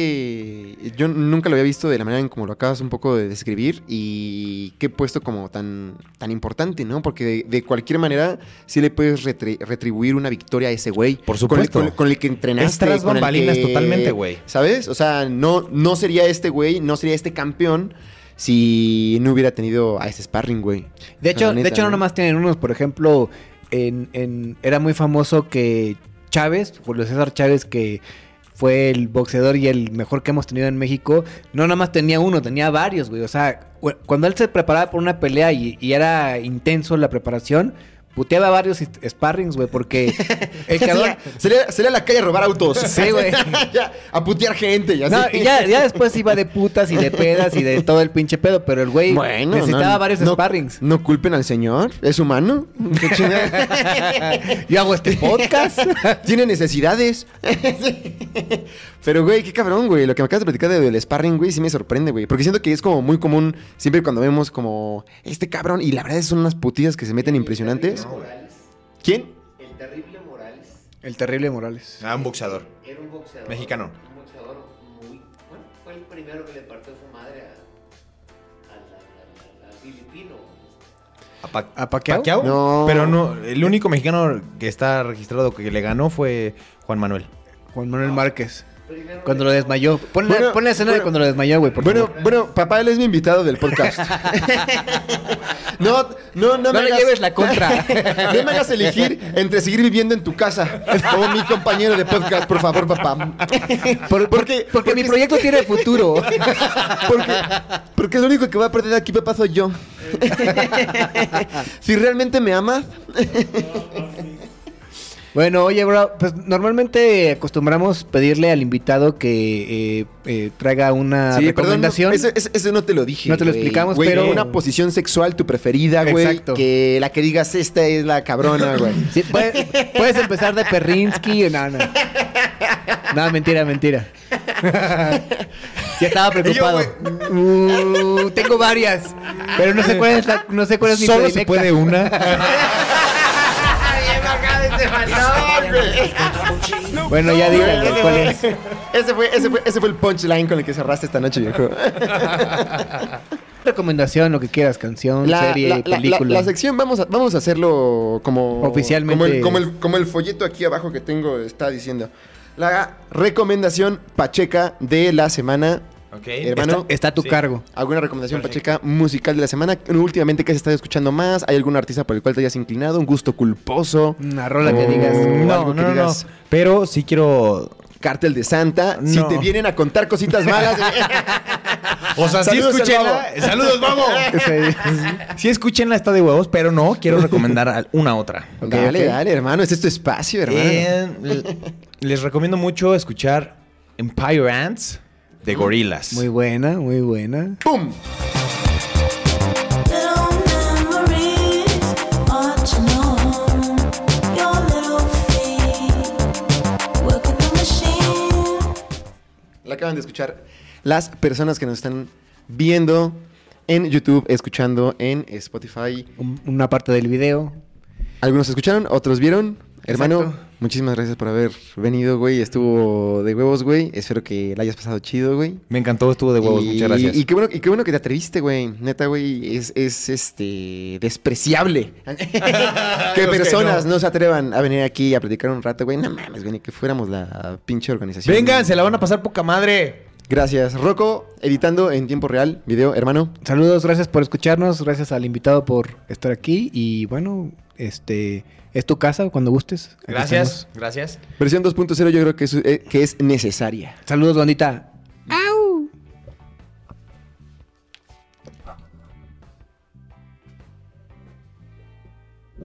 Speaker 2: qué... Yo nunca lo había visto de la manera en como lo acabas un poco de describir y qué puesto como tan, tan importante, ¿no? Porque de, de cualquier manera sí le puedes retri- retribuir una victoria a ese güey.
Speaker 1: Por
Speaker 2: Con el-
Speaker 1: supuesto.
Speaker 2: Con, con el que entrenaste.
Speaker 1: Es tras
Speaker 2: con el
Speaker 1: bambalinas totalmente, güey.
Speaker 2: ¿Sabes? O sea, no, no sería este güey, no sería este campeón si no hubiera tenido a ese sparring, güey.
Speaker 3: De hecho,
Speaker 2: La neta,
Speaker 3: de hecho no
Speaker 2: ¿no?
Speaker 3: nomás tienen unos, por ejemplo, en, en- era muy famoso que Chávez, Julio César Chávez, que fue el boxeador y el mejor que hemos tenido en México, no nomás tenía uno, tenía varios, güey. O sea, cu- cuando él se preparaba por una pelea y, y era intenso la preparación, puteaba varios est- sparrings, güey, porque el cabrón...
Speaker 2: Sería, sería- sería la calle a robar autos.
Speaker 3: Sí, güey.
Speaker 2: Ya, a putear gente. Ya,
Speaker 3: No,
Speaker 2: sé.
Speaker 3: y ya, ya después iba de putas y de pedas y de todo el pinche pedo, pero el güey
Speaker 2: Bueno,
Speaker 3: necesitaba
Speaker 2: no,
Speaker 3: varios
Speaker 2: no-
Speaker 3: sparrings.
Speaker 2: No culpen al señor, es humano. Qué chingada.
Speaker 3: Yo hago este podcast.
Speaker 2: Tiene necesidades. Pero, güey, qué cabrón, güey. Lo que me acabas de platicar de- del sparring, güey, sí me sorprende, güey. Porque siento que es como muy común siempre cuando vemos como este cabrón. Y la verdad son unas putillas que se meten impresionantes. ¿Quién?
Speaker 6: El terrible Morales
Speaker 3: El terrible Morales.
Speaker 1: Ah, un boxeador.
Speaker 6: era un boxeador.
Speaker 1: Mexicano.
Speaker 6: Un boxeador muy. Bueno, fue el primero que le partió su madre a- al- al al- al filipino.
Speaker 1: ¿A, Pa-
Speaker 3: ¿A Pacquiao?
Speaker 1: Pacquiao?
Speaker 2: No.
Speaker 1: Pero no, el único mexicano que está registrado que le ganó fue Juan Manuel.
Speaker 3: Juan Manuel Márquez. Cuando lo desmayó. Ponle,
Speaker 2: Bueno,
Speaker 3: ponle la escena de
Speaker 2: bueno.
Speaker 3: cuando lo desmayó, güey. por
Speaker 2: Bueno,
Speaker 3: favor.
Speaker 2: bueno, papá, él es mi invitado del podcast. no, no, no,
Speaker 3: No
Speaker 2: me
Speaker 3: le
Speaker 2: hagas-
Speaker 3: lleves la contra.
Speaker 2: No me hagas elegir entre seguir viviendo en tu casa o mi compañero de podcast, por favor, papá.
Speaker 3: Por-
Speaker 2: porque-
Speaker 3: porque, mi proyecto tiene futuro.
Speaker 2: Porque, porque lo único que va a perder aquí, papá, soy yo. si realmente me amas,
Speaker 3: bueno, oye, bro, pues normalmente acostumbramos pedirle al invitado que eh, eh, traiga una
Speaker 2: Sí, perdón, no,
Speaker 3: recomendación.
Speaker 2: ese- ese- ese no te lo dije.
Speaker 3: No te lo
Speaker 2: güey.
Speaker 3: explicamos,
Speaker 2: Güey,
Speaker 3: pero-
Speaker 2: Una posición sexual tu preferida, güey.
Speaker 3: Exacto.
Speaker 2: Que la que digas esta es la cabrona, güey.
Speaker 3: Sí, puede- puedes empezar de Perrinsky. No, no. No, mentira, mentira. Ya estaba preocupado. Uh, tengo varias, pero no sé cuál es, la- no sé cuál es mi
Speaker 1: Solo se
Speaker 3: predilecta.
Speaker 1: puede una.
Speaker 3: Bueno, ya díganle
Speaker 2: Ese
Speaker 3: cuál
Speaker 2: fue-
Speaker 3: es.
Speaker 2: Ese fue, ese, fue, ese fue el punchline con el que cerraste esta noche, viejo.
Speaker 3: Recomendación, lo que quieras, canción,
Speaker 2: La,
Speaker 3: serie,
Speaker 2: la- la- la-
Speaker 3: película.
Speaker 2: la sección vamos a, vamos a hacerlo como...
Speaker 3: Oficialmente.
Speaker 2: Como el, como, el, como el folleto aquí abajo que tengo está diciendo. La recomendación pacheca de la semana.
Speaker 1: ok.
Speaker 2: hermano.
Speaker 3: está, está a tu
Speaker 1: Sí.
Speaker 3: cargo.
Speaker 2: ¿Alguna recomendación pacheca musical de la semana? Últimamente, ¿qué se está escuchando más? ¿Hay algún artista por el cual te hayas inclinado? ¿Un gusto culposo?
Speaker 3: Una rola que
Speaker 2: Oh.
Speaker 3: digas.
Speaker 2: o
Speaker 1: No,
Speaker 2: algo que
Speaker 1: no, no,
Speaker 2: digas.
Speaker 1: no. Pero sí quiero.
Speaker 2: ¿Cártel de Santa? Si
Speaker 1: No.
Speaker 2: te vienen a contar cositas malas...
Speaker 1: O sea,
Speaker 2: Saludos al
Speaker 1: sí escúchenla.
Speaker 2: babo.
Speaker 1: Saludos, vamos. sí, escúchenla, está de huevos, pero no quiero recomendar al- una otra.
Speaker 3: Ok,
Speaker 2: dale,
Speaker 3: ok.
Speaker 2: dale, hermano. Este es tu espacio, hermano.
Speaker 1: Eh, l- les recomiendo mucho escuchar Empire Ants de Gorillaz.
Speaker 3: Muy buena, muy buena.
Speaker 2: ¡Pum!
Speaker 7: Little memories marching on. Your little feet working the machine.
Speaker 2: La acaban de escuchar las personas que nos están viendo en YouTube, escuchando en Spotify.
Speaker 3: Un- Una parte del video.
Speaker 2: Algunos escucharon, otros vieron. Hermano,
Speaker 3: Exacto.
Speaker 2: muchísimas gracias por haber venido, güey. Estuvo de huevos, güey. Espero que la hayas pasado chido, güey.
Speaker 1: Me encantó, estuvo de huevos,
Speaker 2: Y-
Speaker 1: muchas gracias.
Speaker 2: Y qué, bueno, y qué bueno que te atreviste, güey. Neta, güey, es, es, este despreciable. que personas no. se atrevan a venir aquí a platicar un rato, güey. No mames, güey, ni que fuéramos la pinche organización.
Speaker 1: Vengan, se la van a pasar poca madre.
Speaker 2: Gracias, Rocco, editando en tiempo real, video, hermano.
Speaker 3: Saludos, gracias por escucharnos, gracias al invitado por estar aquí y bueno, este es tu casa cuando gustes. Aquí
Speaker 1: Gracias,
Speaker 3: estamos.
Speaker 1: gracias.
Speaker 2: Versión 2.0 yo creo que es, eh, que es necesaria.
Speaker 3: Saludos, bandita.